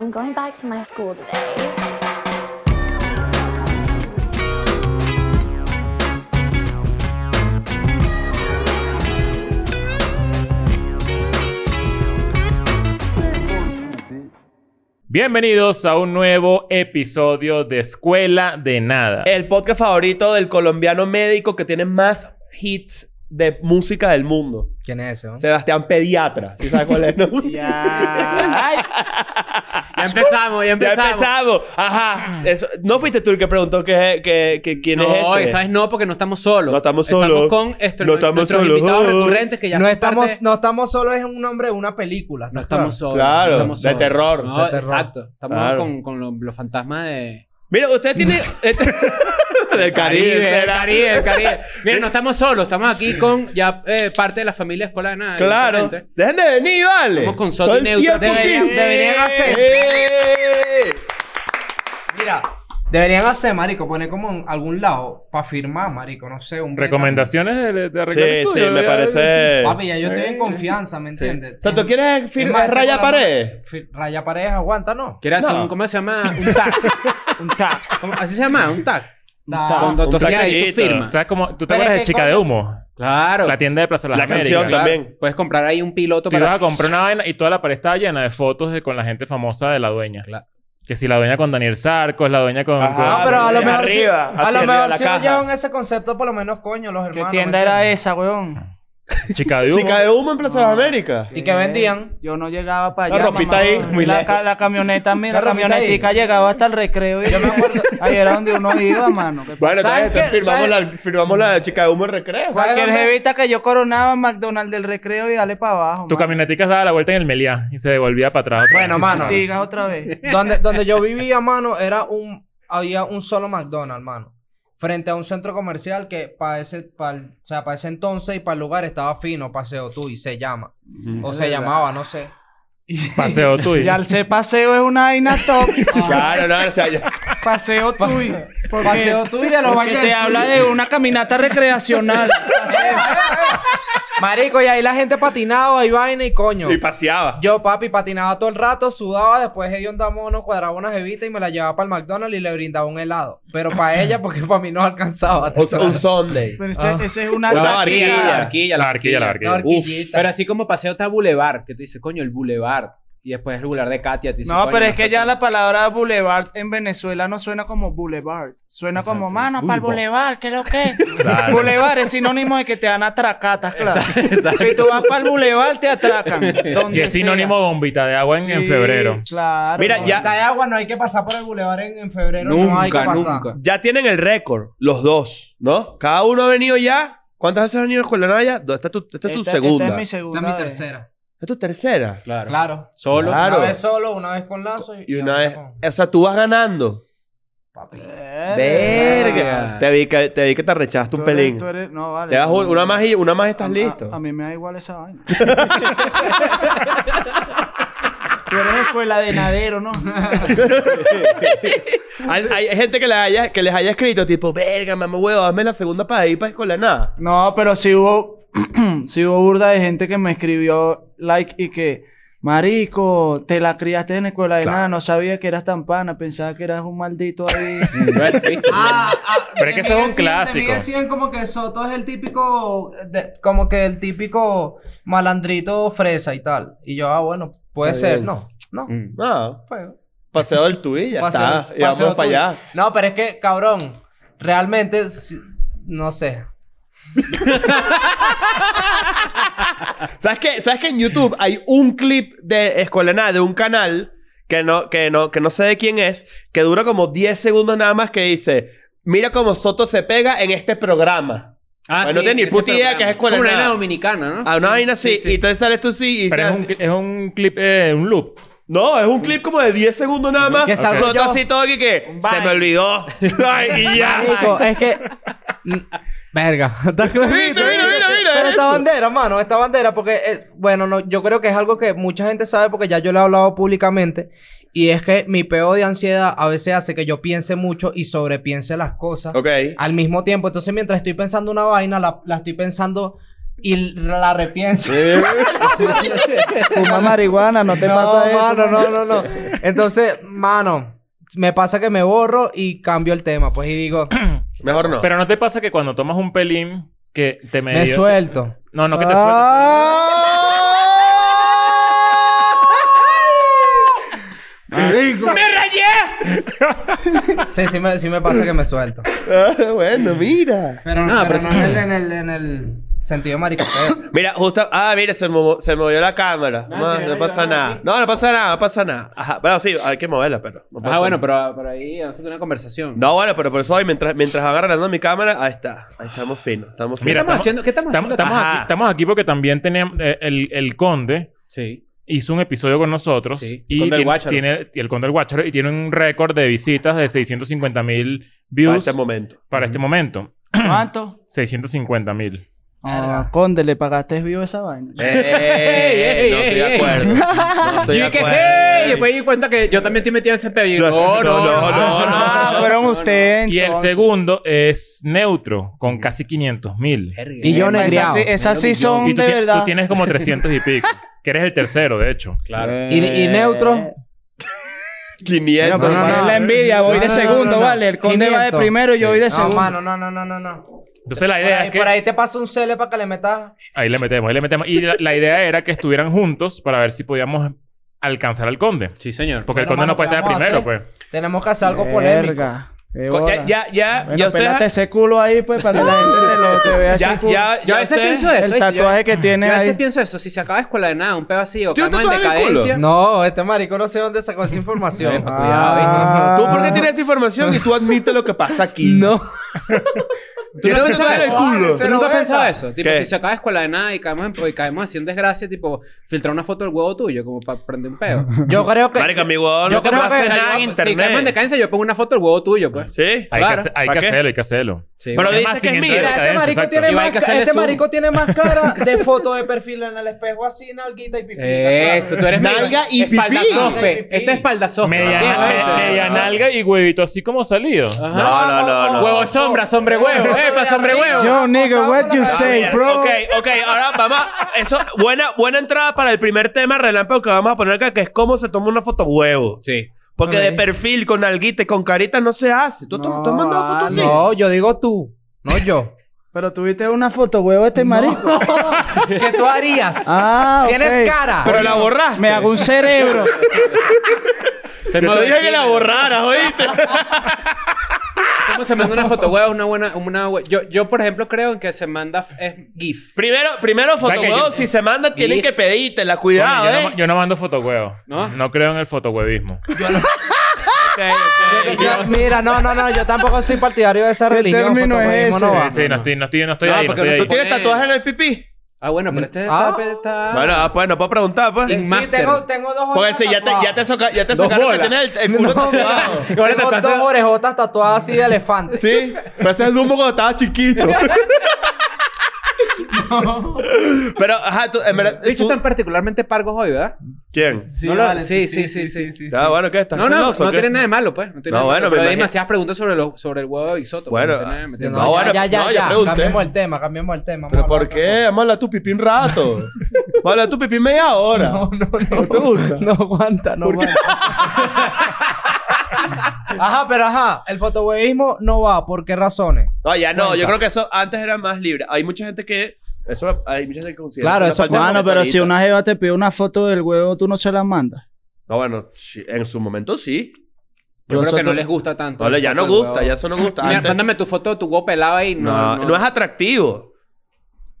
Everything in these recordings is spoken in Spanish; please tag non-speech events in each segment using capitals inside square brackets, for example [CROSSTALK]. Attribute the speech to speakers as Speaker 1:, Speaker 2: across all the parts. Speaker 1: I'm going back to my school today.
Speaker 2: Bienvenidos a un nuevo episodio de Escuela de Nada.
Speaker 3: El podcast favorito del colombiano médico que tiene más hits de música del mundo.
Speaker 4: ¿Quién es eso?
Speaker 3: Sebastián Pediatra. ¿Sí sabes cuál es?
Speaker 5: [LAUGHS]
Speaker 3: no?
Speaker 4: Ya. Ay. Ya empezamos, ya
Speaker 3: Ya
Speaker 4: empezamos.
Speaker 3: empezamos. Ajá. Eso- no fuiste tú el que preguntó que, que- que- quién es
Speaker 4: No,
Speaker 3: ese.
Speaker 4: esta vez no, porque no estamos solos.
Speaker 3: No estamos solos.
Speaker 4: Estamos con esto-
Speaker 3: No estamos
Speaker 4: nuestros
Speaker 3: solos.
Speaker 4: invitados recurrentes que ya
Speaker 5: No
Speaker 4: son
Speaker 5: estamos,
Speaker 4: parte-
Speaker 5: no estamos solo es un nombre de una película.
Speaker 4: No
Speaker 5: ¿estás
Speaker 4: estamos
Speaker 5: claro?
Speaker 4: solos.
Speaker 3: Claro,
Speaker 4: no estamos
Speaker 3: de
Speaker 4: solos.
Speaker 3: terror.
Speaker 4: No,
Speaker 5: De terror.
Speaker 4: Exacto. Estamos
Speaker 3: Claro.
Speaker 4: con, con los, los fantasmas de...
Speaker 3: Mira, usted tiene...
Speaker 4: [LAUGHS]
Speaker 3: del [LAUGHS] Caribe.
Speaker 4: del
Speaker 3: será.
Speaker 4: Caribe, del Caribe. Mira, no estamos solos. Estamos aquí con ya eh, parte de la familia Escuela de Nada.
Speaker 3: Claro.
Speaker 4: evidentemente.
Speaker 3: Dejen de venir, vale.
Speaker 4: Estamos con Soti
Speaker 3: Todo el
Speaker 4: Neutro.
Speaker 3: tiempo
Speaker 5: Deberían-
Speaker 3: aquí.
Speaker 5: deberían hacer-
Speaker 3: ¡Eh!
Speaker 5: Mira, deberían hacer, marico, poner como en algún lado para firmar, marico, no sé, un
Speaker 2: Recomendaciones de, de, arreglar el
Speaker 3: Sí, sí,
Speaker 2: estudio,
Speaker 3: me
Speaker 2: ya-
Speaker 3: parece...
Speaker 5: Papi, ya yo estoy en
Speaker 2: Sí.
Speaker 5: confianza, ¿me entiendes?
Speaker 3: O sea, ¿tú quieres fir-
Speaker 5: Es más, ese
Speaker 3: raya
Speaker 5: programa-
Speaker 3: pared?
Speaker 5: Fi- Raya paredes aguanta, ¿no?
Speaker 4: Quiere hacer
Speaker 3: No.
Speaker 4: un... ¿Cómo se llama? Un
Speaker 3: [LAUGHS]
Speaker 4: tag. un tag. ¿Cómo- ¿Así se llama? Un tag.
Speaker 5: Da-
Speaker 4: Cuando
Speaker 3: Un
Speaker 4: tú hacías ahí tu
Speaker 3: tagcito.
Speaker 4: firma.
Speaker 2: ¿Sabes cómo? ¿Tú te
Speaker 5: Pero
Speaker 2: acuerdas de
Speaker 5: es que
Speaker 2: Chica de
Speaker 5: coño-
Speaker 2: Humo?
Speaker 4: Claro.
Speaker 2: La tienda de Plaza de las
Speaker 3: La
Speaker 2: Américas.
Speaker 3: canción
Speaker 4: Claro.
Speaker 3: también.
Speaker 4: Puedes comprar ahí un piloto
Speaker 2: Tú
Speaker 4: para...
Speaker 2: ibas a comprar una vaina y toda la pared estaba llena de fotos de, con la gente famosa de la dueña.
Speaker 4: Claro.
Speaker 2: Que si la dueña con Daniel Sarcos, la dueña con...
Speaker 3: Ajá.
Speaker 2: con-
Speaker 5: No, pero a lo
Speaker 3: sí,
Speaker 5: mejor sí-
Speaker 3: arriba,
Speaker 5: a
Speaker 3: hacia
Speaker 5: lo
Speaker 3: arriba
Speaker 5: mejor
Speaker 3: la
Speaker 5: si
Speaker 3: caja.
Speaker 5: no llevan ese concepto, por lo menos, coño, los
Speaker 6: ¿Qué
Speaker 5: hermanos. ¿me
Speaker 6: tienda era
Speaker 5: entiendes?
Speaker 6: esa, weón?
Speaker 2: Chica de Humo.
Speaker 3: [LAUGHS] Chica de humo en Plaza de las Américas.
Speaker 5: ¿Y qué vendían?
Speaker 6: Yo no llegaba para
Speaker 3: La
Speaker 6: allá.
Speaker 3: ropita
Speaker 6: mamá.
Speaker 3: ahí, muy
Speaker 6: La,
Speaker 3: lejos.
Speaker 6: ca- la camioneta, mira,
Speaker 5: La
Speaker 6: la,
Speaker 5: ropita ahí.
Speaker 6: camionetica llegaba hasta el recreo. Y yo me acuerdo. [LAUGHS] Ahí era donde uno
Speaker 3: [LAUGHS]
Speaker 6: iba, mano. ¿Qué
Speaker 3: Bueno,
Speaker 5: ¿Sabes
Speaker 3: entonces
Speaker 5: qué?
Speaker 3: firmamos,
Speaker 5: ¿Sabes?
Speaker 3: la, firmamos la de Chica de Humo en recreo.
Speaker 5: ¿Sabes
Speaker 6: Cualquier
Speaker 5: dónde?
Speaker 6: jevita que yo coronaba McDonald's del recreo y dale para abajo.
Speaker 2: Tu
Speaker 6: mano.
Speaker 2: camionetica daba la vuelta en el Meliá y se devolvía para atrás. otra
Speaker 5: Bueno,
Speaker 2: vez.
Speaker 5: mano.
Speaker 6: Diga otra vez.
Speaker 5: donde, donde yo vivía, mano, era un, había un solo McDonald's, mano. Frente a un centro comercial que para ese, pa' el- o sea, para ese entonces y para el lugar estaba fino, paseo tú, y se llama. O se llamaba, no sé.
Speaker 2: Paseo tuyo.
Speaker 6: Ya el se paseo es una vaina
Speaker 5: [LAUGHS]
Speaker 6: top.
Speaker 5: Ah.
Speaker 3: Claro, no, o sea, ya-
Speaker 6: Paseo tuyo. ¿Por qué?
Speaker 5: Paseo tú y de los
Speaker 6: Porque
Speaker 5: valles.
Speaker 6: te habla de una caminata
Speaker 5: [LAUGHS]
Speaker 6: recreacional.
Speaker 5: Marico, y ahí la gente patinaba y vaina y coño.
Speaker 3: y paseaba.
Speaker 5: Yo, papi, patinaba todo el rato, sudaba, después ella andaba mono, cuadraba una jevita y me la llevaba para el McDonald's y le brindaba un helado. Pero para ella, porque para mí no alcanzaba.
Speaker 3: O sea, un Sunday.
Speaker 6: Pero ese, ese es una
Speaker 3: Ah. Una
Speaker 4: La
Speaker 6: táctica.
Speaker 4: barquilla, la barquilla, la
Speaker 2: La barquilla, la barquilla.
Speaker 5: Una horquillita.
Speaker 4: Pero así como paseo está Boulevard, que tú dices, coño, el Boulevard. Y después el Boulevard de Katia. Tú dices,
Speaker 6: No,
Speaker 4: coño,
Speaker 6: pero es que ya
Speaker 4: está-
Speaker 6: la palabra boulevard en Venezuela no suena como boulevard. Suena como mano para el boulevard, ¿qué es lo
Speaker 3: [LAUGHS]
Speaker 6: que? es?".
Speaker 2: Claro.
Speaker 6: Boulevard es sinónimo de que te dan atracatas, claro.
Speaker 4: [LAUGHS] Exacto.
Speaker 6: Si tú vas para el boulevard,
Speaker 3: [LAUGHS]
Speaker 6: te atracan. donde
Speaker 2: Y es sinónimo
Speaker 6: sea.
Speaker 2: de bombita de agua en, en
Speaker 6: Sí,
Speaker 2: febrero.
Speaker 6: Claro.
Speaker 3: Mira, ya-
Speaker 5: Está de agua, no hay que pasar por el bulevar en, en febrero. no hay que
Speaker 4: Nunca,
Speaker 5: pasar.
Speaker 4: nunca.
Speaker 3: Ya tienen el récord, los dos, ¿no? Cada uno ha venido ya. ¿Cuántas veces has venido a Escuela de Nada ya? Do- Esta es tu, esta es tu
Speaker 6: Esta-
Speaker 3: segunda.
Speaker 6: Esta es mi
Speaker 3: Esta
Speaker 5: Esta
Speaker 6: segunda.
Speaker 5: es mi
Speaker 6: vez.
Speaker 5: tercera.
Speaker 3: es tu tercera.
Speaker 4: Claro.
Speaker 5: Claro.
Speaker 4: Solo.
Speaker 3: Claro.
Speaker 5: Pues, Una vez solo, una vez con lazo y,
Speaker 3: Y una vez.
Speaker 5: con-
Speaker 3: O sea, tú vas ganando.
Speaker 5: Papi.
Speaker 3: Verga. Te vi que te, vi que te arrechaste
Speaker 6: Tú
Speaker 3: un
Speaker 6: eres-
Speaker 3: pelín.
Speaker 6: tú eres- no, vale.
Speaker 3: Te das un-
Speaker 6: No,
Speaker 3: una más y una más y estás
Speaker 6: a-
Speaker 3: listo.
Speaker 6: A, a mí me da igual esa
Speaker 3: [LAUGHS]
Speaker 6: vaina. Tú eres escuela de nadero,
Speaker 3: [LAUGHS]
Speaker 6: ¿no?
Speaker 3: hay, hay gente que les, haya, que les haya escrito, tipo, verga, mamá huevo, hazme la segunda para ir para escuela de nada.
Speaker 6: No, pero sí hubo, [CLEARS THROAT] sí hubo burda de gente que me escribió like y que, marico, te la criaste en escuela de
Speaker 3: Claro.
Speaker 6: nada, no sabía que eras tan pana, pensaba que eras un maldito ahí.
Speaker 5: [LAUGHS] Ah, ah,
Speaker 2: Pero es que
Speaker 5: de
Speaker 2: eso es
Speaker 5: mí
Speaker 2: un
Speaker 5: decían-
Speaker 2: clásico.
Speaker 5: De mí decían como que Soto es el típico, de- como que el típico malandrito fresa y tal. Y yo, ah, bueno, puede
Speaker 3: Está
Speaker 5: ser.
Speaker 3: bien.
Speaker 5: No, no.
Speaker 4: Mm.
Speaker 3: No,
Speaker 5: fue-
Speaker 3: paseo del tuí, ya
Speaker 5: Paseo-
Speaker 3: está. Y vamos
Speaker 5: paseo
Speaker 3: para
Speaker 5: tuyo.
Speaker 3: allá.
Speaker 5: No, pero es que, cabrón, realmente, si- no sé.
Speaker 3: ¿Sabes qué? ¿Sabes que en YouTube hay un clip de Escuela de Nada, de un canal que no, que no, que no sé de quién es, que dura como 10 segundos nada más que dice, mira cómo Soto se pega en este programa.
Speaker 4: Ah,
Speaker 3: Bueno, no tenía ni
Speaker 4: este
Speaker 3: puta idea que es escuela
Speaker 4: Como una
Speaker 3: de
Speaker 4: vaina
Speaker 3: nada.
Speaker 4: dominicana, ¿no?
Speaker 3: A una vaina así,
Speaker 4: Ah, sí, sí.
Speaker 3: y
Speaker 4: [LAUGHS]
Speaker 3: entonces sales tú sí y
Speaker 2: Pero
Speaker 3: se
Speaker 2: es un,
Speaker 3: hace-
Speaker 2: cli- es un clip, eh, un loop.
Speaker 3: No, es un clip como de 10 segundos nada más.
Speaker 5: Que salgo
Speaker 3: Soto
Speaker 5: yo.
Speaker 3: así todo aquí que
Speaker 6: Un
Speaker 3: se
Speaker 6: baile.
Speaker 3: me olvidó. Ay, y ya.
Speaker 5: Marico, es que. Verga. Está clarito.
Speaker 3: Mira, mira, mira, mira,
Speaker 5: Pero esta
Speaker 3: eso.
Speaker 5: bandera, mano, esta bandera, porque, eh, bueno, no, yo creo que es algo que mucha gente sabe porque ya yo lo he hablado públicamente. Y es que mi peo de ansiedad a veces hace que yo piense mucho y sobrepiense las cosas
Speaker 3: Ok.
Speaker 5: al mismo tiempo. Entonces, mientras estoy pensando una vaina, la, la estoy pensando y la repienso.
Speaker 6: Fuma
Speaker 4: [LAUGHS]
Speaker 6: marihuana, no
Speaker 5: [LAUGHS]
Speaker 6: te
Speaker 5: no,
Speaker 6: pasa eso.
Speaker 5: mano, no, no, no. Entonces, mano, me pasa que me borro y cambio el tema, pues, y digo,
Speaker 3: Mejor no.
Speaker 2: Pero no te pasa que cuando tomas un pelín que te medio...
Speaker 5: me Ah. suelto.
Speaker 2: No, no que te sueltes.
Speaker 6: ¡Ay! Marico.
Speaker 5: Sí, sí me, sí me pasa que me suelto.
Speaker 3: Ah, bueno, mira.
Speaker 5: Pero,
Speaker 4: No,
Speaker 5: no,
Speaker 4: pero
Speaker 5: pero
Speaker 4: sí.
Speaker 5: no en, el, en, el, en el sentido maricoteo.
Speaker 3: Mira, justo. Ah, mira, se, movo- se movió la cámara. No, no pasa nada. No, no pasa nada, no pasa nada. Ajá, bueno, sí, hay que moverla, pero. no pasa
Speaker 4: Ah, bueno,
Speaker 3: nada.
Speaker 4: pero por ahí haces una conversación.
Speaker 3: No, bueno, pero por eso hoy, mientras, mientras agarrando mi cámara, ahí está. Ahí estamos finos. Estamos
Speaker 4: ¿Qué
Speaker 2: Mira,
Speaker 3: finos.
Speaker 4: estamos
Speaker 2: estamos-
Speaker 4: haciendo? ¿Qué estamos
Speaker 2: Estamos,
Speaker 4: haciendo?
Speaker 2: estamos
Speaker 3: Ajá.
Speaker 2: aquí, estamos aquí porque también tenemos... eh, el, el conde
Speaker 4: Sí.
Speaker 2: hizo un episodio con nosotros.
Speaker 4: Sí,
Speaker 2: Y
Speaker 4: Conde del
Speaker 2: tiene,
Speaker 4: Guácharo.
Speaker 2: tiene- el conde del Guácharo. Y tiene un récord de visitas de 650 mil
Speaker 3: Para
Speaker 2: views
Speaker 3: este momento.
Speaker 2: para este momento.
Speaker 6: [CLEARS THROAT] ¿Cuánto?
Speaker 2: 650 mil.
Speaker 6: Ah, conde, le pagaste vivo esa vaina.
Speaker 3: [LAUGHS] Ey, ey, no estoy de acuerdo. No estoy
Speaker 4: Yo
Speaker 3: de
Speaker 4: dije,
Speaker 3: acuerdo.
Speaker 4: ¡hey! Y después di cuenta que yo también estoy metido en ese pedido. No, no, no, [LAUGHS] no.
Speaker 6: [LAUGHS] Ah, fueron ustedes.
Speaker 2: Y el
Speaker 6: entonces.
Speaker 2: segundo es neutro, con casi 500 mil.
Speaker 5: Y yo
Speaker 6: Esas
Speaker 5: negreado.
Speaker 6: sí- Esas sí son
Speaker 2: Y tú,
Speaker 6: de
Speaker 2: ti-
Speaker 6: verdad.
Speaker 2: tú tienes como 300 y pico. que eres el tercero, de
Speaker 5: [LAUGHS]
Speaker 2: hecho.
Speaker 4: Claro.
Speaker 5: ¿Y, y neutro?
Speaker 3: 500.
Speaker 6: No, Eh, pero
Speaker 5: No, no,
Speaker 6: ¿cuál
Speaker 5: no.
Speaker 6: es la envidia? Voy
Speaker 5: No,
Speaker 6: de
Speaker 5: no, no,
Speaker 6: segundo,
Speaker 5: no, no.
Speaker 6: ¿vale? El conde va de
Speaker 5: 500.
Speaker 6: primero y yo voy de
Speaker 5: No,
Speaker 6: segundo.
Speaker 5: mano, no, no, no, no, no.
Speaker 2: Entonces la
Speaker 5: Por
Speaker 2: idea
Speaker 5: ahí,
Speaker 2: es que...
Speaker 5: por ahí te pasa un cele para que le metas.
Speaker 2: Ahí le metemos, ahí le metemos. Y la, la idea era que estuvieran juntos para ver si podíamos alcanzar al conde.
Speaker 4: Sí, señor.
Speaker 2: Porque el conde no
Speaker 5: Bueno, mano,
Speaker 2: puede
Speaker 5: ¿qué
Speaker 2: estar de
Speaker 5: vamos a
Speaker 2: primero, pues.
Speaker 5: hacer? Tenemos que hacer algo polémico.
Speaker 6: Verga. Qué
Speaker 3: Co-
Speaker 6: bola.
Speaker 3: Ya, ya, ya,
Speaker 6: Bueno,
Speaker 3: ya ustedes.
Speaker 6: pélate ese culo ahí, pues, para que la gente te, lo, te vea ese
Speaker 3: Ya,
Speaker 6: culo.
Speaker 3: ya,
Speaker 4: Yo
Speaker 3: ya.
Speaker 4: a veces
Speaker 3: ustedes-
Speaker 4: pienso eso.
Speaker 6: el tatuaje que tiene
Speaker 4: Yo a
Speaker 6: ahí.
Speaker 4: veces pienso eso. Si se acaba escuela de nada, un pedo así o
Speaker 3: ¿Tú no
Speaker 4: caemos en
Speaker 3: te tatuas el culo?
Speaker 4: decadencia.
Speaker 5: No, este marico no sé dónde sacó esa información. Ah.
Speaker 4: Epa, cuidado,
Speaker 3: ¿Tú por qué tienes esa información y tú admites lo que pasa aquí?
Speaker 6: [LAUGHS] No.
Speaker 3: ¿Tú no
Speaker 4: pensabas
Speaker 3: pensabas el
Speaker 5: eso?
Speaker 3: culo?
Speaker 4: ¿Tú
Speaker 5: Vale,
Speaker 4: nunca has
Speaker 5: Pero
Speaker 4: pensado
Speaker 5: beta.
Speaker 4: eso? Tipo,
Speaker 3: ¿Qué?
Speaker 4: si se acaba escuela de nada y caemos, en, y caemos así en desgracia, tipo, filtrar una foto del huevo tuyo, como para prender un pedo.
Speaker 5: Yo creo que.
Speaker 3: Marica, mi huevón
Speaker 5: Yo
Speaker 3: no te
Speaker 5: creo
Speaker 3: pasa
Speaker 5: que-
Speaker 3: nada en
Speaker 4: Yo- Si caemos en
Speaker 3: internet.
Speaker 4: decadencia, yo pongo una foto del huevo tuyo, pues.
Speaker 3: ¿Sí?
Speaker 2: Hay,
Speaker 4: Claro.
Speaker 2: que, hacer- hay que
Speaker 3: ¿Para qué?
Speaker 2: hacerlo, hay que hacerlo.
Speaker 4: Sí,
Speaker 3: Pero
Speaker 4: bueno.
Speaker 2: Es
Speaker 3: dice
Speaker 2: más,
Speaker 3: que
Speaker 2: sin
Speaker 3: es
Speaker 2: entrar en
Speaker 3: mira,
Speaker 5: Mira, este
Speaker 2: decadencia,
Speaker 5: marico,
Speaker 2: exacto.
Speaker 5: tiene
Speaker 4: Y hay
Speaker 5: más,
Speaker 4: que hacerle
Speaker 5: este
Speaker 4: zoom.
Speaker 5: marico tiene más cara de foto de perfil en el espejo así, nalguita y pipita.
Speaker 4: Eso, tú eres
Speaker 5: Nalga y pipí.
Speaker 4: Espalda
Speaker 5: Nalga y
Speaker 4: sospe.
Speaker 5: pipí.
Speaker 4: Este es espalda sospe.
Speaker 2: Media,
Speaker 4: Bien,
Speaker 2: me-
Speaker 4: ¿viste?
Speaker 2: media
Speaker 4: Ajá.
Speaker 2: nalga y huevito así como salido.
Speaker 4: Ajá.
Speaker 3: No, no, no, no.
Speaker 4: Huevo sombra, sombre huevo. Epa, sombre huevo.
Speaker 6: Yo,
Speaker 3: Ah,
Speaker 6: nigga, what you say,
Speaker 3: Mira,
Speaker 6: bro?
Speaker 3: Ok, ok, ahora vamos. a- Eso, buena, buena entrada para el primer tema relámpago que vamos a poner acá, que es cómo se toma una foto huevo.
Speaker 4: Sí.
Speaker 3: Porque
Speaker 5: Ok.
Speaker 3: de perfil, con alguita y con carita no se hace. ¿Tú, tú-
Speaker 6: Ah, No,
Speaker 3: tú has mandado fotos así?
Speaker 5: No, yo digo tú, no yo.
Speaker 6: Pero tuviste una foto, huevo, este marico.
Speaker 5: ¿Qué tú harías?
Speaker 6: [LAUGHS] Ah, ok.
Speaker 5: Tienes cara.
Speaker 3: Pero la borraste.
Speaker 6: Me hago un cerebro.
Speaker 4: Se
Speaker 3: Yo
Speaker 4: mueve
Speaker 3: te dije que
Speaker 4: chino.
Speaker 3: la borraras, ¿oíste?
Speaker 4: ¿Cómo se manda una foto huevo? Una buena... Una... bu- Yo, yo, por ejemplo, creo en que se manda... f- Es GIF.
Speaker 3: primero, primero
Speaker 2: ¿Sabes
Speaker 3: foto
Speaker 2: que
Speaker 3: huevo,
Speaker 2: yo-
Speaker 3: si se manda, tienen
Speaker 4: Gif.
Speaker 3: que pedírtela.
Speaker 2: Coño,
Speaker 3: Cuidado,
Speaker 2: yo,
Speaker 3: ¿eh?
Speaker 2: no, yo no mando fotohuevos.
Speaker 4: ¿No?
Speaker 2: ¿No? creo en el fotohuevismo.
Speaker 5: Yo- yo- mira, no, no, no, yo tampoco soy partidario de esa
Speaker 6: ¿Qué
Speaker 5: religión.
Speaker 6: término
Speaker 5: fotoboyismo
Speaker 6: es
Speaker 5: no
Speaker 6: ese?
Speaker 5: va.
Speaker 2: sí, no, estoy, no estoy, no estoy
Speaker 4: No,
Speaker 2: ahí. No
Speaker 4: porque
Speaker 2: estoy ahí.
Speaker 3: ¿Tú tienes
Speaker 4: ponen-
Speaker 3: tatuajes en el pipí?
Speaker 4: Ah, bueno, pero este
Speaker 5: Ah.
Speaker 4: está... está...
Speaker 3: Bueno, ah, pues no puedo preguntar, pues.
Speaker 4: In
Speaker 5: Sí,
Speaker 4: master.
Speaker 5: tengo, tengo dos
Speaker 3: Porque
Speaker 5: orejas
Speaker 3: si ya te,
Speaker 5: tatuadas.
Speaker 3: ya te, soca, ya te
Speaker 4: Dos
Speaker 3: socaron que
Speaker 4: bolas.
Speaker 3: tienes el, el culo tatuado.
Speaker 4: Ahora te
Speaker 5: Tengo
Speaker 4: estás-
Speaker 5: dos orejotas tatuadas así de elefante.
Speaker 3: Sí, pero ese es Dumbo cuando estaba chiquito. Pero, ajá, tú, en verdad.
Speaker 4: De hecho,
Speaker 3: tú-
Speaker 4: están particularmente pargos hoy, ¿verdad?
Speaker 3: ¿Quién?
Speaker 4: No lo-
Speaker 5: vale,
Speaker 4: sí, sí, sí, sí, sí.
Speaker 3: Ah, bueno, ¿qué? ¿Estás
Speaker 4: No, no,
Speaker 3: celoso,
Speaker 4: no
Speaker 3: qué?
Speaker 4: tiene nada de malo, pues. No, tiene nada
Speaker 3: No,
Speaker 4: de
Speaker 3: bueno,
Speaker 4: malo,
Speaker 3: me
Speaker 4: pero hay
Speaker 3: imagino-
Speaker 4: demasiadas preguntas sobre, lo- sobre el huevo de Bisoto. pues,
Speaker 3: Bueno,
Speaker 4: no tiene-
Speaker 3: ah,
Speaker 4: me
Speaker 5: Sí,
Speaker 4: tiene-
Speaker 5: no,
Speaker 3: No, bueno,
Speaker 5: ya, ya,
Speaker 3: no, yo
Speaker 5: ya, ya.
Speaker 3: pregunté.
Speaker 5: Cambiemos el tema, cambiemos el tema.
Speaker 3: ¿Pero
Speaker 5: vamos a
Speaker 3: por
Speaker 5: hablar de
Speaker 3: qué?
Speaker 5: otra
Speaker 3: Vamos a hablar tu pipí un rato. Vamos a hablar tu pipí media hora. No, no, no. ¿No te gusta?
Speaker 6: [LAUGHS] No aguanta, no aguanta.
Speaker 5: cosa. Ajá, pero ajá, el fotoboyismo no va. ¿Por qué razones?
Speaker 3: No, ya no.
Speaker 5: Cuenta.
Speaker 3: Yo creo que eso antes era más libre. Hay mucha gente que... Eso, hay mucha gente que considera...
Speaker 5: Claro,
Speaker 3: una
Speaker 5: eso-
Speaker 3: falta de
Speaker 6: Mano, pero si
Speaker 3: respeto.
Speaker 6: una jeva te pide una foto del huevo, tú no se la mandas.
Speaker 3: No, bueno. sí, en su momento sí.
Speaker 4: Yo creo que no
Speaker 6: Nosotros-
Speaker 4: les gusta tanto.
Speaker 3: No,
Speaker 4: la
Speaker 3: ya
Speaker 4: foto
Speaker 3: no
Speaker 4: del
Speaker 3: gusta.
Speaker 4: huevo.
Speaker 3: Ya eso no gusta.
Speaker 4: Mira,
Speaker 3: Antes-
Speaker 4: mándame tu foto de tu huevo pelado ahí.
Speaker 3: no, no es atractivo.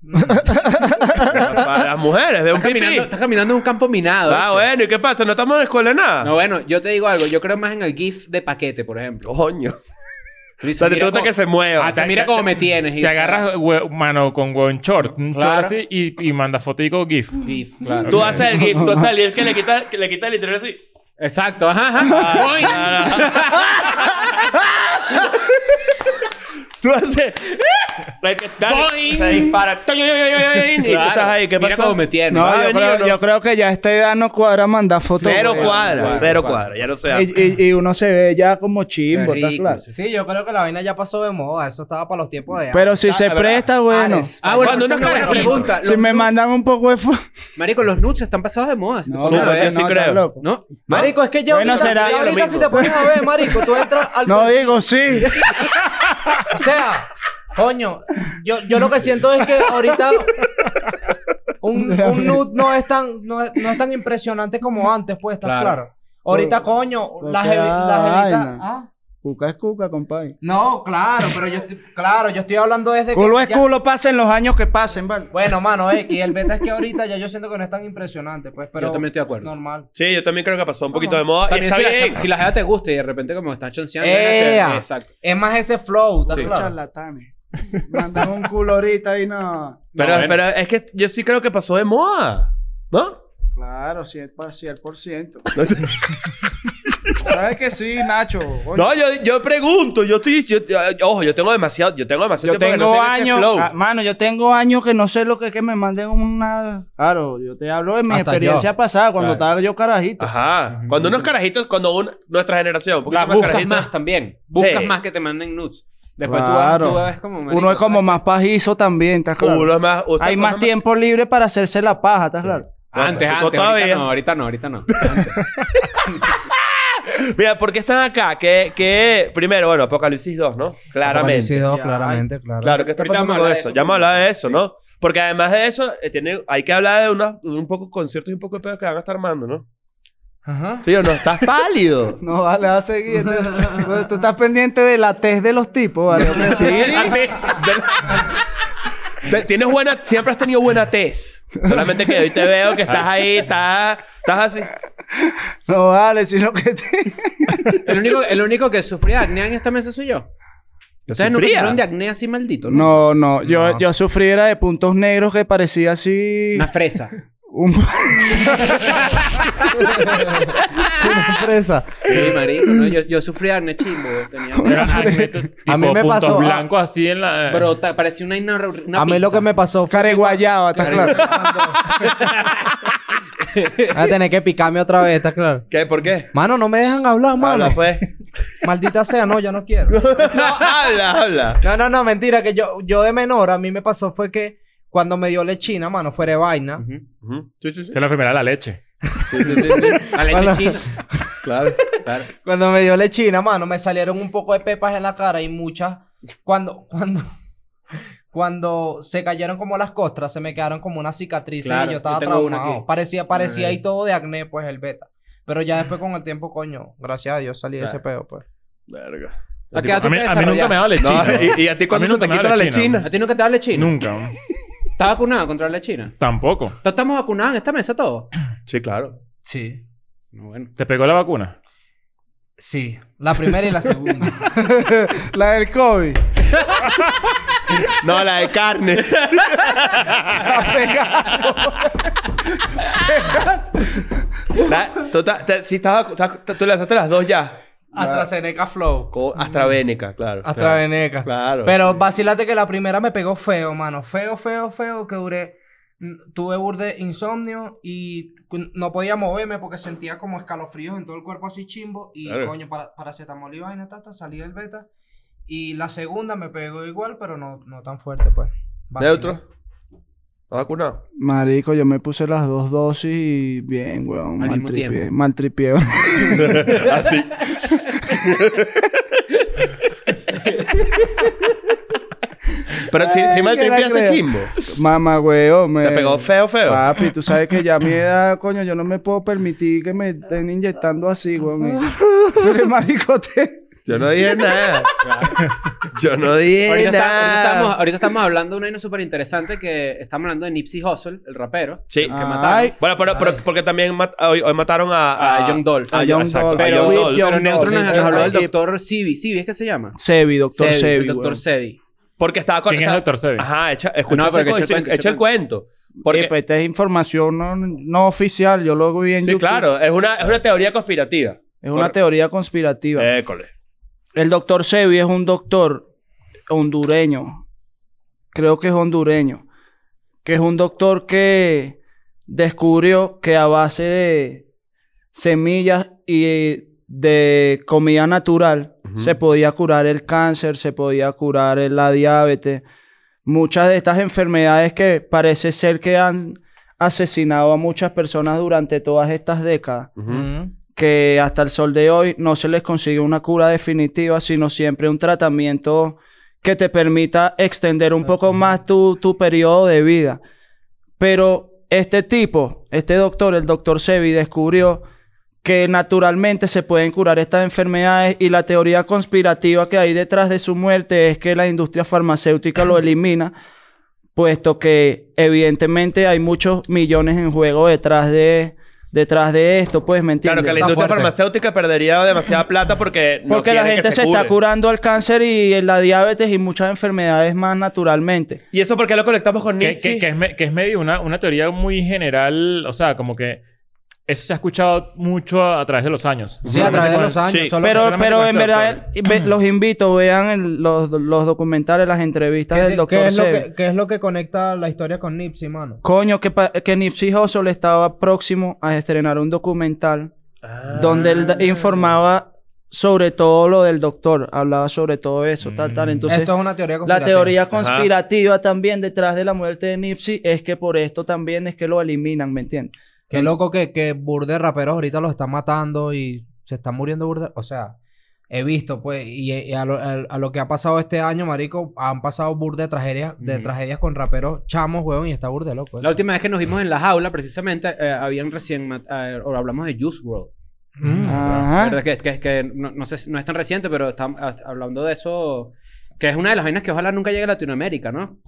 Speaker 3: [LAUGHS] Para las mujeres, de un
Speaker 4: Estás caminando,
Speaker 3: pipí.
Speaker 4: estás caminando en un campo minado.
Speaker 3: Ah,
Speaker 4: ¿viste?
Speaker 3: bueno, ¿y qué pasa? ¿No estamos en escuela de nada?
Speaker 4: No, bueno, yo te digo algo. Yo creo más en el GIF de paquete, por ejemplo.
Speaker 3: Coño.
Speaker 4: Tú
Speaker 3: O
Speaker 4: dices,
Speaker 3: sea, te
Speaker 4: mira
Speaker 3: gusta
Speaker 4: cómo-
Speaker 3: que se mueva.
Speaker 4: Ah, te- mira cómo me tienes. y-
Speaker 2: Te agarras hue- mano con huevo en short, un short
Speaker 4: Claro.
Speaker 2: así, y, y mandas fotico GIF.
Speaker 4: GIF, claro.
Speaker 3: Tú haces el gif, tú haces el gif que le quita, que le quita el interior así.
Speaker 4: Exacto, ajá, ajá.
Speaker 3: Ah,
Speaker 4: Coño.
Speaker 3: Tú haces. Like, it's done.
Speaker 2: Boing.
Speaker 3: Se dispara. Toing, Y tú estás ahí. ¿Qué
Speaker 4: Mira
Speaker 3: pasó?
Speaker 4: cómo me tiene.
Speaker 6: No,
Speaker 3: ¿Va a
Speaker 6: yo,
Speaker 3: venir
Speaker 6: creo,
Speaker 3: o no?
Speaker 6: yo creo que ya a esta edad no cuadra mandar fotos.
Speaker 3: Cero
Speaker 6: güey.
Speaker 3: cuadras.
Speaker 4: cuadra,
Speaker 3: Cero
Speaker 4: cuadra.
Speaker 3: cuadras. Ya no se hace.
Speaker 6: Y, y- y uno se ve ya como chimbo,
Speaker 4: Qué rico,
Speaker 6: ¿estás claro?
Speaker 4: sí.
Speaker 5: Sí, yo creo que la vaina ya pasó de moda. Eso estaba para los tiempos de antes.
Speaker 6: Pero si se
Speaker 4: ¿verdad?
Speaker 6: presta, bueno.
Speaker 5: Ares.
Speaker 4: Ah, bueno,
Speaker 3: Cuando
Speaker 4: esta
Speaker 3: uno
Speaker 4: es una buena
Speaker 3: cae rico.
Speaker 4: pregunta.
Speaker 6: Si
Speaker 4: Los
Speaker 6: me
Speaker 4: nu-
Speaker 6: mandan un poco de fotos.
Speaker 4: Marico, los nudes están pasados de moda.
Speaker 6: No,
Speaker 3: Súper,
Speaker 4: Una vez,
Speaker 3: yo sí creo.
Speaker 6: loco.
Speaker 4: ¿No?
Speaker 5: Marico, es que ya
Speaker 6: Bueno,
Speaker 5: ahorita,
Speaker 6: será-
Speaker 5: ya ahorita
Speaker 3: domingo.
Speaker 5: si te pones a ver, marico, tú entras al...
Speaker 6: [LAUGHS] No digo sí.
Speaker 5: O sea, coño, yo, yo lo que siento es que ahorita un, un nude no es tan, no es, no es tan impresionante como antes, pues, ¿estás claro?
Speaker 4: Claro.
Speaker 5: Ahorita, coño,
Speaker 6: porque
Speaker 5: las jevi-
Speaker 6: da
Speaker 5: las jevitas...
Speaker 6: vaina.
Speaker 5: ¿Ah?
Speaker 6: Cuca es cuca, compadre.
Speaker 5: No, claro, pero yo estoy, claro, yo estoy hablando desde que...
Speaker 6: Culo es
Speaker 5: ya-
Speaker 6: culo, pasen los años que pasen, ¿vale?
Speaker 5: Bueno, mano, X, y el beta es que ahorita ya yo siento que no es tan impresionante, pues, pero...
Speaker 4: Yo también estoy de acuerdo.
Speaker 5: Normal.
Speaker 3: Sí, yo también creo que pasó un poquito de moda. Y
Speaker 4: También
Speaker 3: está
Speaker 4: si,
Speaker 3: bien.
Speaker 4: La, si la jeva te gusta y de repente como están chanceando.
Speaker 5: ¡Ea!
Speaker 4: eh, Exacto.
Speaker 5: Es más ese flow, ¿estás
Speaker 4: Sí.
Speaker 5: claro?
Speaker 6: Charlatanes. Mandan un culo ahorita y no.
Speaker 3: Pero,
Speaker 2: No, bueno.
Speaker 3: pero es que yo sí creo que pasó de moda. ¿No?
Speaker 6: Claro, 100%.
Speaker 5: [LAUGHS]
Speaker 6: 100%. ¿Sabes que sí, Nacho? Oye,
Speaker 3: No, yo, yo pregunto, yo estoy, yo- yo- ojo, yo tengo demasiado, yo tengo demasiado
Speaker 6: yo
Speaker 3: tiempo que no
Speaker 6: tengo
Speaker 3: estoy en este
Speaker 6: años.
Speaker 3: flow.
Speaker 6: ah, mano, yo tengo años que no sé lo que es que me manden una. Claro, yo te hablo de mi
Speaker 5: Hasta
Speaker 6: experiencia
Speaker 5: yo. Ah,
Speaker 6: pasada, cuando estaba yo carajito.
Speaker 3: Ajá. Cuando unos carajitos, cuando un- nuestra generación, un poquito
Speaker 4: Las
Speaker 3: más
Speaker 4: buscas
Speaker 3: carajitos.
Speaker 4: más también. Buscas
Speaker 3: Sí.
Speaker 4: más que te manden nudes. Después tú vas-
Speaker 6: Claro.
Speaker 4: tú, vas como...
Speaker 6: Uno
Speaker 4: marico,
Speaker 6: es como
Speaker 4: ¿sabes?
Speaker 6: más pajizo también, ¿estás claro?
Speaker 3: culo es uh, más. o sea,
Speaker 6: Hay más
Speaker 3: cosas
Speaker 6: tiempo libre para hacerse la paja, ¿estás claro?
Speaker 4: Antes,
Speaker 3: Bueno,
Speaker 4: antes.
Speaker 3: todavía.
Speaker 4: Ahorita no, ahorita no, ahorita no. Antes.
Speaker 3: Mira, ¿por qué están acá? Que, que primero, bueno, Apocalipsis 2, ¿no? Claramente.
Speaker 5: Parecido, claramente, claro.
Speaker 3: Claro, ¿qué está
Speaker 4: Ahorita
Speaker 3: pasando
Speaker 4: vamos a
Speaker 3: con
Speaker 4: hablar de
Speaker 3: eso?
Speaker 4: eso.
Speaker 3: Ya hemos hablado de eso, ¿no? Porque además de eso, eh, tiene, hay que hablar de, una, de un poco conciertos y un poco de pedos que van a estar armando, ¿no?
Speaker 5: Ajá.
Speaker 3: Sí o no, estás [LAUGHS] pálido.
Speaker 6: No, vale, va a seguir. Pues, Tú- Tú estás pendiente de la tez de los tipos, ¿vale?
Speaker 3: Te- Tienes buena, siempre has tenido buena tez. Solamente que hoy te veo que estás ahí, estás, estás así.
Speaker 6: No vale, sino que te...
Speaker 4: el, único, el único que sufría de acné en esta mesa soy yo. Ustedes nunca
Speaker 3: Sufría.
Speaker 4: sufrieron de acné así maldito, ¿no?
Speaker 6: No, no, yo, yo sufrí era de puntos negros que parecía así...
Speaker 4: Una fresa.
Speaker 6: Un...
Speaker 4: [LAUGHS]
Speaker 5: Una presa.
Speaker 4: Sí, marico. ¿no? Yo, yo sufría de acné chimbo. Tenía...
Speaker 2: [LAUGHS] Pero acné t- tipo
Speaker 5: mí me
Speaker 2: puntos
Speaker 5: pasó, ah,
Speaker 2: blancos así en la...
Speaker 4: Brota, parecía una, una, una
Speaker 5: a mí lo
Speaker 4: pizza.
Speaker 5: que me pasó fue...
Speaker 6: Careguayaba, ¿estás claro?
Speaker 5: Voy a tener que picarme otra vez, ¿está claro?
Speaker 3: ¿Qué? ¿Por qué?
Speaker 5: Mano, no me dejan hablar, mano.
Speaker 3: Habla, pues.
Speaker 5: Maldita sea, no, yo no quiero.
Speaker 3: No, habla, habla.
Speaker 5: No, no, no, mentira, que yo, yo de menor, a mí me pasó fue que cuando me dio lechina, mano, fuera de
Speaker 4: [LAUGHS]
Speaker 5: vaina.
Speaker 4: Ujú.
Speaker 3: Ujú. Sí, sí, sí. [LAUGHS]
Speaker 2: Esa es la enfermedad de la leche.
Speaker 3: Sí, sí, sí, sí.
Speaker 4: La leche
Speaker 2: [LAUGHS]
Speaker 5: Hola.
Speaker 4: china.
Speaker 3: Claro.
Speaker 4: Claro.
Speaker 5: Cuando me dio lechina, mano, me salieron un poco de pepas en la cara y muchas. Cuando, [LAUGHS] cuando, cuando se cayeron como las costras, se me quedaron como unas cicatrices
Speaker 4: Claro,
Speaker 5: y yo
Speaker 4: yo
Speaker 5: estaba
Speaker 4: tengo una
Speaker 5: traumado.
Speaker 4: aquí.
Speaker 5: Parecía, parecía
Speaker 4: Ay.
Speaker 5: ahí todo de acné, pues, el beta. Pero ya después con el tiempo, coño, gracias a Dios salí de ese peo, pues.
Speaker 3: Verga.
Speaker 4: ¿A qué edad
Speaker 2: A
Speaker 4: tú
Speaker 2: mí,
Speaker 4: te
Speaker 2: a mí nunca me ha
Speaker 4: desarrollaste?
Speaker 2: dado lechina.
Speaker 3: No, y, y a ti cuando
Speaker 2: A mí
Speaker 3: se
Speaker 2: nunca
Speaker 3: te
Speaker 2: me
Speaker 3: quita
Speaker 2: da
Speaker 3: la
Speaker 2: lechina.
Speaker 3: lechina?
Speaker 4: ¿A ti nunca te da lechina?
Speaker 2: [LAUGHS] Nunca. ¿no?
Speaker 4: ¿Estás vacunada contra la lechina?
Speaker 2: Tampoco.
Speaker 4: ¿Todos estamos vacunados en esta mesa todos?
Speaker 3: Sí, claro.
Speaker 5: Sí.
Speaker 4: Bueno.
Speaker 2: ¿Te pegó la vacuna?
Speaker 5: Sí. [LAUGHS] La primera y la segunda.
Speaker 6: La del COVID.
Speaker 3: No, la de carne.
Speaker 6: Está pegado.
Speaker 3: La- tú, ta- te- sí, estabas- estabas- tú lanzaste las dos ya.
Speaker 5: AstraZeneca Flow.
Speaker 3: Co- AstraVeneca, claro.
Speaker 5: AstraZeneca.
Speaker 3: Claro.
Speaker 5: Pero vacílate que la primera me pegó feo, mano. Feo, feo, feo, que duré. mm, Tuve burde insomnio y cu- no podía moverme porque sentía como escalofríos en todo el cuerpo así chimbo. Y
Speaker 3: Claro.
Speaker 5: coño, para, paracetamol y vaina, tata, salí del beta. Y la segunda me pegó igual, pero no, no tan fuerte, pues. Vacilé.
Speaker 3: ¿Neutro? ¿Estás [LAUGHS] vacunado?
Speaker 6: Marico, yo me puse las dos dosis y bien, weón.
Speaker 4: Al
Speaker 6: mal
Speaker 4: mismo
Speaker 6: tripié,
Speaker 4: tiempo.
Speaker 6: Mal tripié.
Speaker 3: Así. Pero si, si
Speaker 6: Ay,
Speaker 3: mal
Speaker 6: que la
Speaker 3: tripeaste
Speaker 6: creo.
Speaker 3: chimbo.
Speaker 6: Mamá, weón. Me...
Speaker 3: Te pegó feo, feo.
Speaker 6: Papi, tú sabes que ya a mi edad, coño, yo no me puedo permitir que me estén inyectando así, weón. Pero el maricote...
Speaker 3: Yo no dije [LAUGHS] nada. Yo no
Speaker 2: Eh,
Speaker 3: dije
Speaker 4: Ahorita, está-
Speaker 3: nada.
Speaker 4: ahorita estamos, ahorita estamos hablando de una vaina súper interesante que estamos hablando de Nipsey Hussle, el rapero.
Speaker 3: Sí.
Speaker 4: Que
Speaker 6: Ay.
Speaker 4: mataron.
Speaker 3: Bueno, pero, pero-
Speaker 5: Ay.
Speaker 3: porque también mat- hoy, hoy mataron a...
Speaker 4: A John Dolph.
Speaker 3: A
Speaker 6: A
Speaker 3: John
Speaker 6: John
Speaker 3: exacto,
Speaker 6: Dolph.
Speaker 3: a
Speaker 4: Pero,
Speaker 3: John
Speaker 6: Whip,
Speaker 3: Dolph.
Speaker 6: John-
Speaker 4: Pero Neutro nos,
Speaker 6: Dolph.
Speaker 4: nos habló del
Speaker 6: Ay,
Speaker 4: doctor Sebi. ¿Sebi es que se llama?
Speaker 6: Sebi, doctor
Speaker 4: Sebi,
Speaker 6: Sebi,
Speaker 4: el doctor
Speaker 6: weón.
Speaker 4: Sebi.
Speaker 3: Porque estaba con...
Speaker 2: ¿Quién es
Speaker 3: estaba-
Speaker 2: Dr. Sebi?
Speaker 3: Ajá, echa, escucha,
Speaker 4: No,
Speaker 3: ese
Speaker 4: pero que eche el Eh, pues,
Speaker 3: coño,
Speaker 4: cuento,
Speaker 3: echa el cuento.
Speaker 6: Porque...
Speaker 3: Porque,
Speaker 6: esta es información no, no oficial, yo lo vi en
Speaker 3: sí,
Speaker 6: YouTube.
Speaker 3: claro, es una, es una teoría conspirativa.
Speaker 6: Es una teoría
Speaker 3: Eh,
Speaker 6: conspirativa.
Speaker 3: École.
Speaker 6: El doctor Sebi es un doctor hondureño creo que es hondureño, que es un doctor que descubrió que a base de semillas y de comida natural
Speaker 3: Ujú.
Speaker 6: se podía curar el cáncer, se podía curar el- la diabetes, muchas de estas enfermedades que parece ser que han asesinado a muchas personas durante todas estas décadas
Speaker 4: Mm,
Speaker 3: Ujú.
Speaker 6: que hasta el sol de hoy no se les consigue una cura definitiva, sino siempre un tratamiento que te permita extender un poco más tu, tu periodo de vida. Pero este tipo, este doctor, el doctor Sebi, descubrió que naturalmente se pueden curar estas enfermedades y la teoría conspirativa que hay detrás de su muerte es que la industria
Speaker 3: [CLEARS THROAT]
Speaker 6: farmacéutica lo elimina, puesto que evidentemente hay muchos millones en juego detrás de, detrás de esto, pues, ¿me
Speaker 3: Claro,
Speaker 6: entiendes?
Speaker 3: que la
Speaker 5: Está
Speaker 3: industria
Speaker 5: fuerte.
Speaker 3: farmacéutica perdería demasiada plata porque no
Speaker 6: Porque la
Speaker 3: quieren que
Speaker 6: gente se, está
Speaker 3: cure.
Speaker 6: curando al cáncer y la diabetes y muchas enfermedades más naturalmente.
Speaker 3: ¿Y eso por qué lo conectamos con
Speaker 2: Que,
Speaker 3: Nipsey?
Speaker 2: que- que es, me- que es medio una, una teoría muy general, o sea, como que eso se ha escuchado mucho a, a través de los años.
Speaker 5: Sí, a través de los años.
Speaker 3: Sí.
Speaker 5: solo que-
Speaker 6: Pero,
Speaker 2: solamente
Speaker 6: pero
Speaker 2: con
Speaker 6: en
Speaker 2: este
Speaker 6: verdad, ve- los invito, vean el- los, los documentales, las entrevistas
Speaker 5: ¿Qué,
Speaker 6: del doctor
Speaker 5: qué es lo
Speaker 6: Sebi.
Speaker 5: que, qué es lo que conecta la historia con Nipsey, mano?
Speaker 6: Coño, que, pa- que Nipsey Hussle estaba próximo a estrenar un documental donde él da- informaba sobre todo lo del doctor, hablaba sobre todo eso, tal, tal.
Speaker 2: Mm.
Speaker 6: Entonces,
Speaker 5: Esto es una teoría
Speaker 6: La
Speaker 5: conspirativa.
Speaker 6: teoría conspirativa también detrás de la muerte de Nipsey es que por esto también es que lo eliminan, ¿me entiendes?
Speaker 5: Qué loco que, que burde de raperos ahorita los están matando y se están muriendo burde. O sea, he visto, pues, y, y a, lo, a- a lo que ha pasado este año, marico, han pasado burde de tragedias, de
Speaker 4: Mm.
Speaker 5: tragedias con raperos chamos, weón, y está burde loco. ¿eh? eso.
Speaker 4: La última vez que nos vimos en la jaula, precisamente, eh, habían recién... mat- eh, o hablamos de Juice WRLD.
Speaker 5: Mm.
Speaker 6: Ajá.
Speaker 4: ¿Verdad? Que, que, que no, no sé, si- no es tan reciente, pero estamos ah, hablando de eso... Que es una de las vainas que ojalá nunca llegue a Latinoamérica, ¿no?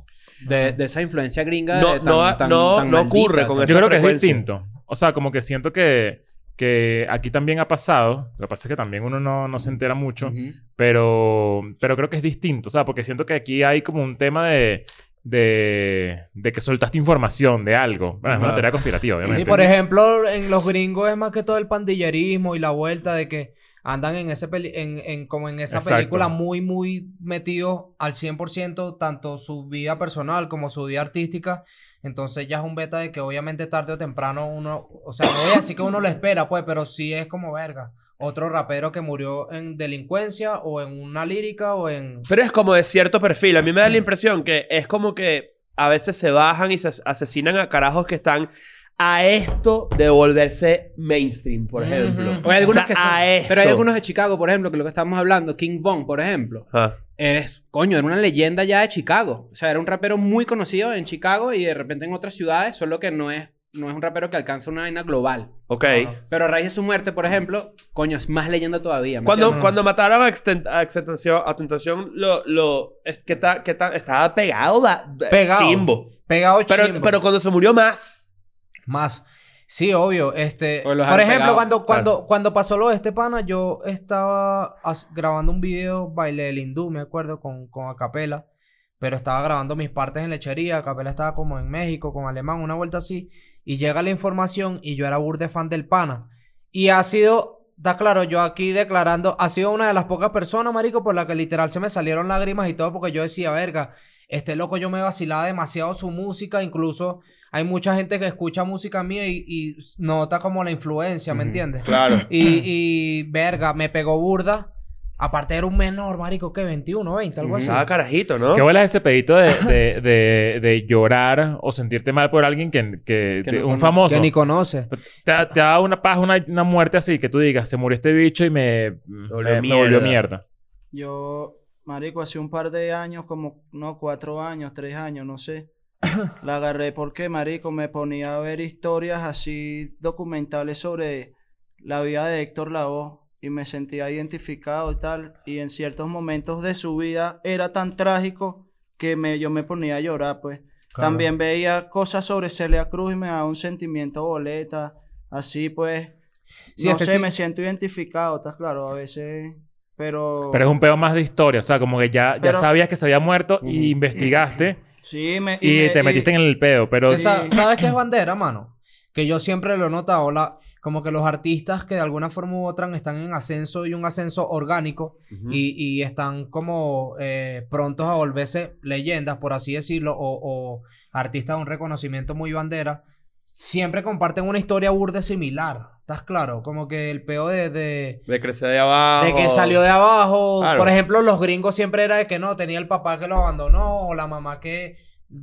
Speaker 4: De, de esa influencia gringa de
Speaker 3: No,
Speaker 4: tan-
Speaker 3: no,
Speaker 4: tan-
Speaker 3: no,
Speaker 4: tan
Speaker 3: no
Speaker 4: maldita,
Speaker 3: ocurre con
Speaker 4: tan-
Speaker 3: esa
Speaker 2: Yo creo que es
Speaker 3: frecuencia.
Speaker 2: distinto. O sea, como que siento que, que aquí también ha pasado. Lo que pasa es que también uno no, no se entera mucho.
Speaker 4: Ujú.
Speaker 2: Pero, pero creo que es distinto. O sea, porque siento que aquí hay como un tema de... De, de que soltaste información de algo. Bueno, es una
Speaker 3: Ajá.
Speaker 2: teoría conspirativa, obviamente.
Speaker 5: Sí, por ejemplo, en los gringos es más que todo el pandillerismo y la vuelta de que andan en ese peli- en, en- como en esa
Speaker 2: Exacto.
Speaker 5: película muy, muy metidos al 100%, tanto su vida personal como su vida artística. Entonces ya es un beta de que obviamente tarde o temprano uno, o sea, no voy a decir que uno lo espera, pues, pero sí es como verga. Otro rapero que murió en delincuencia o en una lírica o en...
Speaker 3: Pero es como de cierto perfil. A mí me da la impresión que es como que a veces se bajan y se as- asesinan a carajos que están a esto de volverse mainstream, por ejemplo.
Speaker 5: Ujú.
Speaker 4: O hay algunos
Speaker 3: O sea,
Speaker 4: que son-
Speaker 3: a esto.
Speaker 4: Pero hay algunos de Chicago, por ejemplo, que lo que estábamos hablando, King Von, por ejemplo.
Speaker 3: Ajá.
Speaker 4: Eres, coño, era una leyenda ya de Chicago. O sea, era un rapero muy conocido en Chicago y de repente en otras ciudades, solo que no es, no es un rapero que alcanza una vaina global.
Speaker 3: Ok.
Speaker 4: Pero a raíz de su muerte, por ejemplo, coño, es más leyenda todavía. ¿me
Speaker 3: Cuando,
Speaker 4: entiendes?
Speaker 3: cuando mataron a, Exten- a Extentación, a Tentación, lo, lo, es que, ta- que ta- estaba pegado, da- da-
Speaker 5: Pegado.
Speaker 3: chimbo.
Speaker 5: Pegado
Speaker 3: Pero,
Speaker 5: chimbo.
Speaker 3: pero cuando se murió más.
Speaker 5: Más. Sí, obvio. Este,
Speaker 4: O Pues
Speaker 5: por
Speaker 4: los
Speaker 5: ejemplo,
Speaker 4: han pegado,
Speaker 5: cuando,
Speaker 4: claro.
Speaker 5: cuando, cuando pasó lo de este pana, yo estaba as- grabando un video baile del hindú, me acuerdo, con, con Acapela. Pero estaba grabando mis partes en lechería. Acapela estaba como en México, con alemán, una vuelta así. Y llega la información y yo era burde fan del pana. Y ha sido, está claro, yo aquí declarando, ha sido una de las pocas personas, marico, por la que literal se me salieron lágrimas y todo, porque yo decía, verga, este loco yo me vacilaba demasiado su música, incluso hay mucha gente que escucha música mía y, y nota como la influencia, ¿me
Speaker 2: Ujú,
Speaker 5: entiendes?
Speaker 3: Claro.
Speaker 5: Y, y, verga, me pegó burda. Aparte era un menor, marico, que 21, 20, algo así.
Speaker 3: Estaba carajito, ¿no?
Speaker 2: ¿Qué huele ese pedito de, de, de, de llorar o sentirte mal por alguien que, que,
Speaker 4: Que
Speaker 2: de-
Speaker 4: no
Speaker 2: un
Speaker 4: conoces.
Speaker 2: famoso?
Speaker 5: Que ni conoce.
Speaker 2: Te, te da una paz, una, una muerte así, que tú digas, se murió este bicho y me, me,
Speaker 3: Volvió
Speaker 2: me volvió
Speaker 3: mierda.
Speaker 2: mierda.
Speaker 6: Yo, marico, hace un par de años, como, no, cuatro años, tres años, no sé.
Speaker 5: [COUGHS]
Speaker 6: La agarré porque, marico, me ponía a ver historias así, documentales sobre la vida de Héctor Lavoe. Y me sentía identificado y tal. Y en ciertos momentos de su vida era tan trágico que me, yo me ponía a llorar, pues.
Speaker 5: Claro.
Speaker 6: También veía cosas sobre Celia Cruz y me daba un sentimiento boleta. Así pues,
Speaker 5: Sí,
Speaker 6: no
Speaker 5: es que
Speaker 6: sé,
Speaker 5: sí.
Speaker 6: me siento identificado, estás claro, a veces, pero...
Speaker 2: Pero es un peo más de historia, o sea, como que ya, ya
Speaker 6: Pero-
Speaker 2: sabías que se había muerto
Speaker 4: Ujú.
Speaker 2: y investigaste
Speaker 6: Sí, me...
Speaker 2: y, te metiste en el peo, pero
Speaker 5: Esa- ¿Sabes qué es bandera, mano? Que yo siempre lo he notado. La, como que los artistas que de alguna forma u otra están en ascenso y un ascenso orgánico y, y están como eh, prontos a volverse leyendas, por así decirlo, o, o artistas de un reconocimiento muy bandera, siempre comparten una historia burda similar. ¿Estás claro? Como que el peo de- de
Speaker 3: De crecer de abajo.
Speaker 5: de que salió de abajo.
Speaker 3: Claro.
Speaker 5: Por ejemplo, los gringos siempre era de que no, tenía el papá que lo abandonó, o la mamá que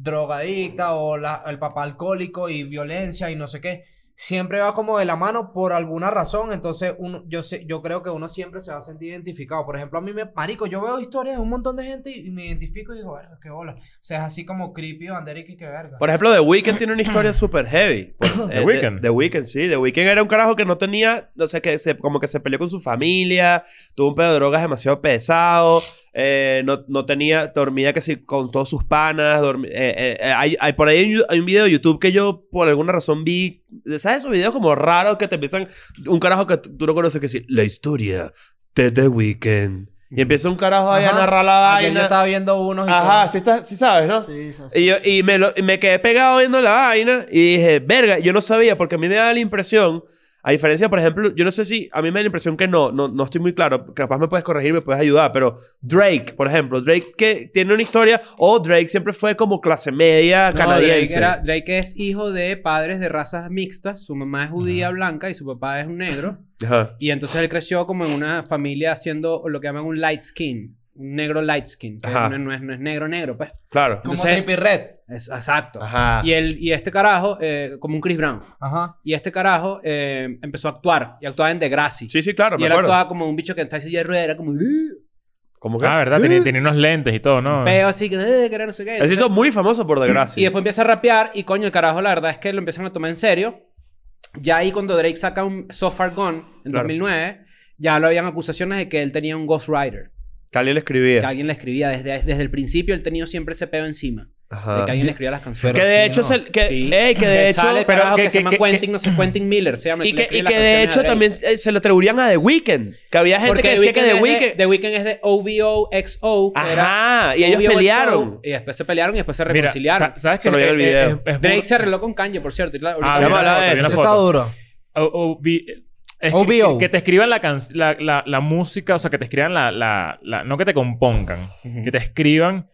Speaker 5: drogadicta, o la- el papá alcohólico y violencia y no sé qué. Siempre va como de la mano por alguna razón. Entonces, uno, yo, sé, yo creo que uno siempre se va a sentir identificado. Por ejemplo, a mí me. Marico, yo veo historias de un montón de gente y, y me identifico y digo, verga, qué bola. O sea, es así como creepy, banderica y qué verga.
Speaker 3: Por ejemplo, The Weeknd tiene una historia súper heavy. Por- eh,
Speaker 2: Weeknd.
Speaker 3: The Weeknd, sí. The Weeknd era un carajo que no tenía, no sé, que se, como que se peleó con su familia, tuvo un pedo de drogas demasiado pesado, eh, no, no tenía, dormía que sí, con todos sus panas. dormi- eh, eh, eh, hay, hay- por ahí hay un, hay un video de YouTube que yo por alguna razón vi, ¿sabes? Esos videos como raros que te empiezan, un carajo que tú tú no conoces que sí, la historia de The Weeknd. Y empieza un carajo ahí a
Speaker 5: Ajá.
Speaker 3: narrar la
Speaker 6: Ah,
Speaker 5: Ayer yo
Speaker 3: vaina.
Speaker 5: estaba viendo unos y
Speaker 3: Ajá,
Speaker 5: todo.
Speaker 3: sí, estás- sí sabes, ¿no?
Speaker 6: Sí,
Speaker 3: Y, yo- y me, lo- y me quedé pegado viendo la vaina y dije, verga, yo no sabía porque a mí me da la impresión, a diferencia, por ejemplo, yo no sé si, a mí me da la impresión que no, no, no estoy muy claro, capaz me puedes corregir, me puedes ayudar, pero Drake, por ejemplo, Drake que tiene una historia, o Drake siempre fue como clase media
Speaker 4: No,
Speaker 3: canadiense.
Speaker 4: Drake, era- Drake es hijo de padres de razas mixtas. Su mamá es judía blanca y su papá es un negro.
Speaker 3: Ajá.
Speaker 4: Y entonces él creció como en una familia haciendo lo que llaman un light skin. Un negro light skin. que
Speaker 3: Ajá.
Speaker 4: no, no es, no es negro negro, pues.
Speaker 3: Claro.
Speaker 5: Como
Speaker 4: Entonces-
Speaker 5: Trippy Red.
Speaker 4: Es- exacto.
Speaker 3: Ajá.
Speaker 4: Y, él, y este carajo, eh, como un Chris Brown.
Speaker 5: Ajá.
Speaker 4: Y este carajo eh, empezó a actuar. Y actuaba en Degrassi.
Speaker 3: Sí, sí, claro,
Speaker 4: y
Speaker 3: me
Speaker 4: él
Speaker 3: acuerdo.
Speaker 4: actuaba como un bicho que está en silla de ruedas. Era como... "Ugh",
Speaker 3: Como que...
Speaker 2: Ah, ¿verdad?
Speaker 3: ¿Eh?
Speaker 2: Tenía, tenía unos lentes y todo,
Speaker 3: Ah.
Speaker 2: ¿no?
Speaker 4: Peo así, que... "Ugh", que era no sé qué.
Speaker 3: Él se
Speaker 4: Entonces-
Speaker 3: hizo muy
Speaker 4: [CLEARS THROAT]
Speaker 3: famoso por desgracia.
Speaker 4: Y después empieza a rapear y coño, el carajo, la verdad es que lo empiezan a tomar en serio. Ya ahí cuando Drake saca un So Far Gone en
Speaker 3: Claro.
Speaker 4: 2009, ya lo habían acusaciones de que él tenía un ghostwriter.
Speaker 3: Que alguien le escribía.
Speaker 4: Que alguien le escribía desde, desde el principio, él tenía siempre ese pedo encima.
Speaker 3: Ajá.
Speaker 4: De que alguien le escribía las canciones.
Speaker 3: Ah. Que
Speaker 5: Pero
Speaker 3: de
Speaker 5: sí,
Speaker 3: hecho
Speaker 5: no.
Speaker 3: es el... Que,
Speaker 4: Sí.
Speaker 3: ey, que de hecho...
Speaker 4: sale el
Speaker 2: pero
Speaker 4: carajo que,
Speaker 2: que-
Speaker 4: se
Speaker 2: que-
Speaker 4: llama
Speaker 2: que-
Speaker 4: Quentin, no sé, Quentin Miller se llama. el
Speaker 3: Y
Speaker 4: le
Speaker 3: que,
Speaker 4: escribe
Speaker 3: y
Speaker 4: las
Speaker 3: que de
Speaker 4: canciones a
Speaker 3: hecho
Speaker 4: Drake.
Speaker 3: también eh, se lo atribuían a The Weeknd. Que había gente
Speaker 4: Porque
Speaker 3: que decía que The
Speaker 4: es de-
Speaker 3: Weeknd.
Speaker 4: The Weeknd es de OVO, XO. que era
Speaker 3: Ajá, y ellos
Speaker 4: OVO,
Speaker 3: pelearon.
Speaker 4: Y después se pelearon y después se
Speaker 2: Mira,
Speaker 4: reconciliaron.
Speaker 2: sa- ¿sabes qué?
Speaker 3: Solo vi el
Speaker 2: Eh,
Speaker 3: video.
Speaker 2: eh, es- es
Speaker 4: Drake
Speaker 2: burda-
Speaker 4: se arregló con Kanye, por cierto. y claro, ahorita-
Speaker 2: Ah,
Speaker 3: Vamos
Speaker 2: bien,
Speaker 3: a hablar
Speaker 2: foto,
Speaker 3: de
Speaker 2: vi
Speaker 3: eso.
Speaker 2: una
Speaker 5: Eso está
Speaker 2: foto.
Speaker 5: duro.
Speaker 2: O- o vi- es que-
Speaker 5: OVO.
Speaker 2: Que, que te escriban la, can- la, la, la música, o sea, que te escriban la, la, la- No que te compongan,
Speaker 4: Ujú.
Speaker 2: que te escriban.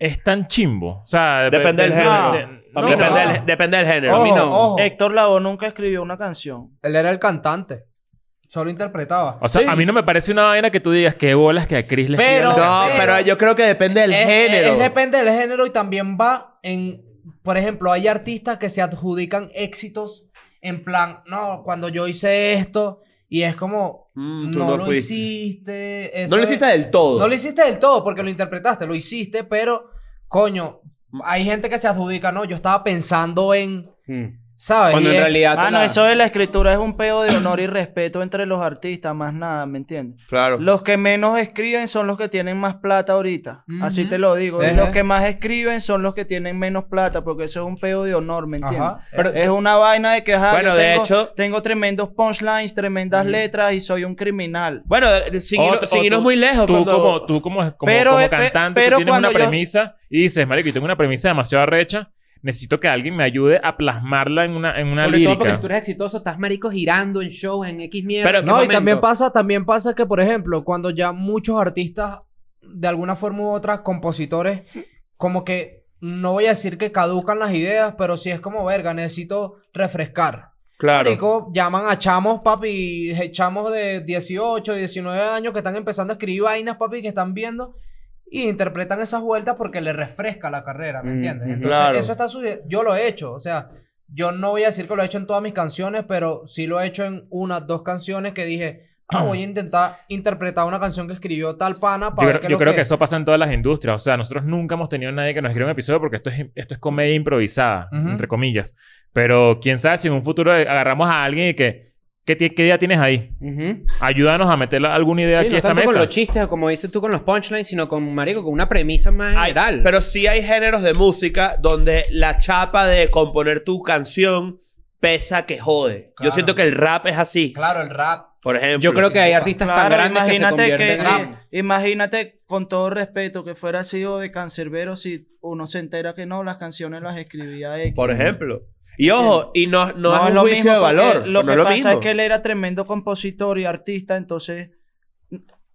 Speaker 2: Es tan chimbo. O sea, de-
Speaker 3: Depende
Speaker 2: de-
Speaker 3: del
Speaker 2: de-
Speaker 3: género.
Speaker 4: Para
Speaker 2: de- no,
Speaker 4: mí
Speaker 2: no.
Speaker 3: Depende, del, depende del género.
Speaker 4: A mí
Speaker 5: Ojo,
Speaker 4: no.
Speaker 5: ojo.
Speaker 6: Héctor Lavoe nunca escribió una canción.
Speaker 5: Él era el cantante. Solo interpretaba.
Speaker 2: O sea, a mí no me parece una vaina que tú digas qué bolas que a Chris le
Speaker 5: Pero-
Speaker 2: escriban
Speaker 3: no,
Speaker 5: pero-
Speaker 3: pero yo creo que depende del
Speaker 5: Es-
Speaker 3: género.
Speaker 5: Eh, es- depende del género y también va en. Por ejemplo, hay artistas que se adjudican éxitos en plan, no, cuando yo hice esto y es como,
Speaker 3: Mm, tú
Speaker 5: no,
Speaker 3: no
Speaker 5: lo
Speaker 3: fuiste.
Speaker 5: hiciste. eso
Speaker 3: no lo
Speaker 5: es-
Speaker 3: hiciste del todo.
Speaker 5: No lo hiciste del todo porque lo interpretaste, lo hiciste, pero coño, hay gente que se adjudica, no, yo estaba pensando en,
Speaker 4: Mm.
Speaker 5: ¿sabes?
Speaker 4: Cuando
Speaker 5: Y
Speaker 4: en
Speaker 5: es-
Speaker 4: realidad.
Speaker 3: Ah,
Speaker 4: te
Speaker 6: Mano,
Speaker 4: la-
Speaker 6: eso de la escritura es un peo de honor y respeto entre los artistas, más nada, ¿me entiendes?
Speaker 3: Claro.
Speaker 6: Los que menos escriben son los que tienen más plata ahorita. Así
Speaker 5: Ujú.
Speaker 6: te lo digo. Y
Speaker 5: Ejé.
Speaker 6: los que más escriben son los que tienen menos plata, porque eso es un peo de honor, ¿me entiendes?
Speaker 5: Ajá.
Speaker 4: Pero-
Speaker 6: Es una vaina de que, ajá,
Speaker 3: Bueno,
Speaker 6: yo
Speaker 3: de
Speaker 6: tengo,
Speaker 3: hecho-
Speaker 6: tengo tremendos punchlines, tremendas letras y soy un criminal.
Speaker 3: Bueno, de- sin,
Speaker 2: O-
Speaker 3: irnos-
Speaker 2: o
Speaker 3: sin
Speaker 2: tú-
Speaker 3: irnos muy lejos.
Speaker 2: Tú,
Speaker 3: cuando-
Speaker 2: como, tú como, como,
Speaker 6: Pero,
Speaker 2: como
Speaker 6: eh, pe-
Speaker 2: cantante, tú
Speaker 6: pero
Speaker 2: tienes una
Speaker 6: cuando yo-
Speaker 2: premisa y dices, marico, yo tengo una premisa demasiado arrecha. Necesito que alguien me ayude a plasmarla en una, en una
Speaker 4: Sobre
Speaker 2: lírica.
Speaker 4: todo porque si tú eres exitoso, estás marico girando en shows, en X mierda.
Speaker 3: Pero
Speaker 4: ¿en qué
Speaker 5: No, y
Speaker 4: momento?
Speaker 5: también pasa, también pasa que, por ejemplo, cuando ya muchos artistas, de alguna forma u otra, compositores, como que no voy a decir que caducan las ideas, pero sí es como, verga, necesito refrescar.
Speaker 3: Claro.
Speaker 5: Marico, llaman a chamos, papi, je- chamos de 18, 19 años que están empezando a escribir vainas, papi, que están viendo y interpretan esas vueltas porque le refresca la carrera, ¿me
Speaker 4: Mm,
Speaker 5: entiendes?
Speaker 4: ujú.
Speaker 5: Entonces,
Speaker 3: Claro.
Speaker 5: eso está sucediendo. Yo lo he hecho, o sea, yo no voy a decir que lo he hecho en todas mis canciones, pero sí lo he hecho en unas, dos canciones que dije, ah, voy a intentar interpretar una canción que escribió tal pana
Speaker 2: Yo,
Speaker 5: para ver
Speaker 2: creo-
Speaker 5: qué es
Speaker 2: yo
Speaker 5: lo
Speaker 2: creo que...
Speaker 5: es.
Speaker 2: eso pasa en todas las industrias. O sea, nosotros nunca hemos tenido nadie que nos escriba un episodio porque esto es, esto es comedia improvisada,
Speaker 5: Ujú.
Speaker 2: entre comillas. Pero quién sabe si en un futuro eh, agarramos a alguien y que. ¿Qué, ti- qué idea tienes ahí?
Speaker 4: Ujú.
Speaker 2: Ayúdanos a meter la- alguna idea
Speaker 4: Sí,
Speaker 2: aquí
Speaker 4: no
Speaker 2: a esta
Speaker 4: tanto con
Speaker 2: mesa.
Speaker 4: los chistes, o como dices tú con los punchlines, sino con marico, con una premisa más
Speaker 3: Hay-
Speaker 4: general.
Speaker 3: pero sí hay géneros de música donde la chapa de componer tu canción pesa que jode. Yo
Speaker 5: Claro.
Speaker 3: siento que el rap es así.
Speaker 5: Claro, el rap.
Speaker 3: Por ejemplo.
Speaker 4: yo creo que hay artistas tan
Speaker 6: Claro,
Speaker 4: grandes que se
Speaker 6: imagínate
Speaker 4: convierten
Speaker 6: que-
Speaker 4: en
Speaker 6: eh,
Speaker 4: grandes.
Speaker 6: imagínate con todo respeto que fuera sido de cancerbero si uno se entera que no, las canciones las escribía X.
Speaker 3: Por ejemplo. Y ojo, y no, no, es
Speaker 6: es
Speaker 3: un
Speaker 6: lo
Speaker 3: juicio
Speaker 6: mismo
Speaker 3: de
Speaker 6: porque
Speaker 3: valor.
Speaker 6: Lo
Speaker 3: no
Speaker 6: que
Speaker 3: es lo
Speaker 6: pasa
Speaker 3: mismo.
Speaker 6: es que él era tremendo compositor y artista, entonces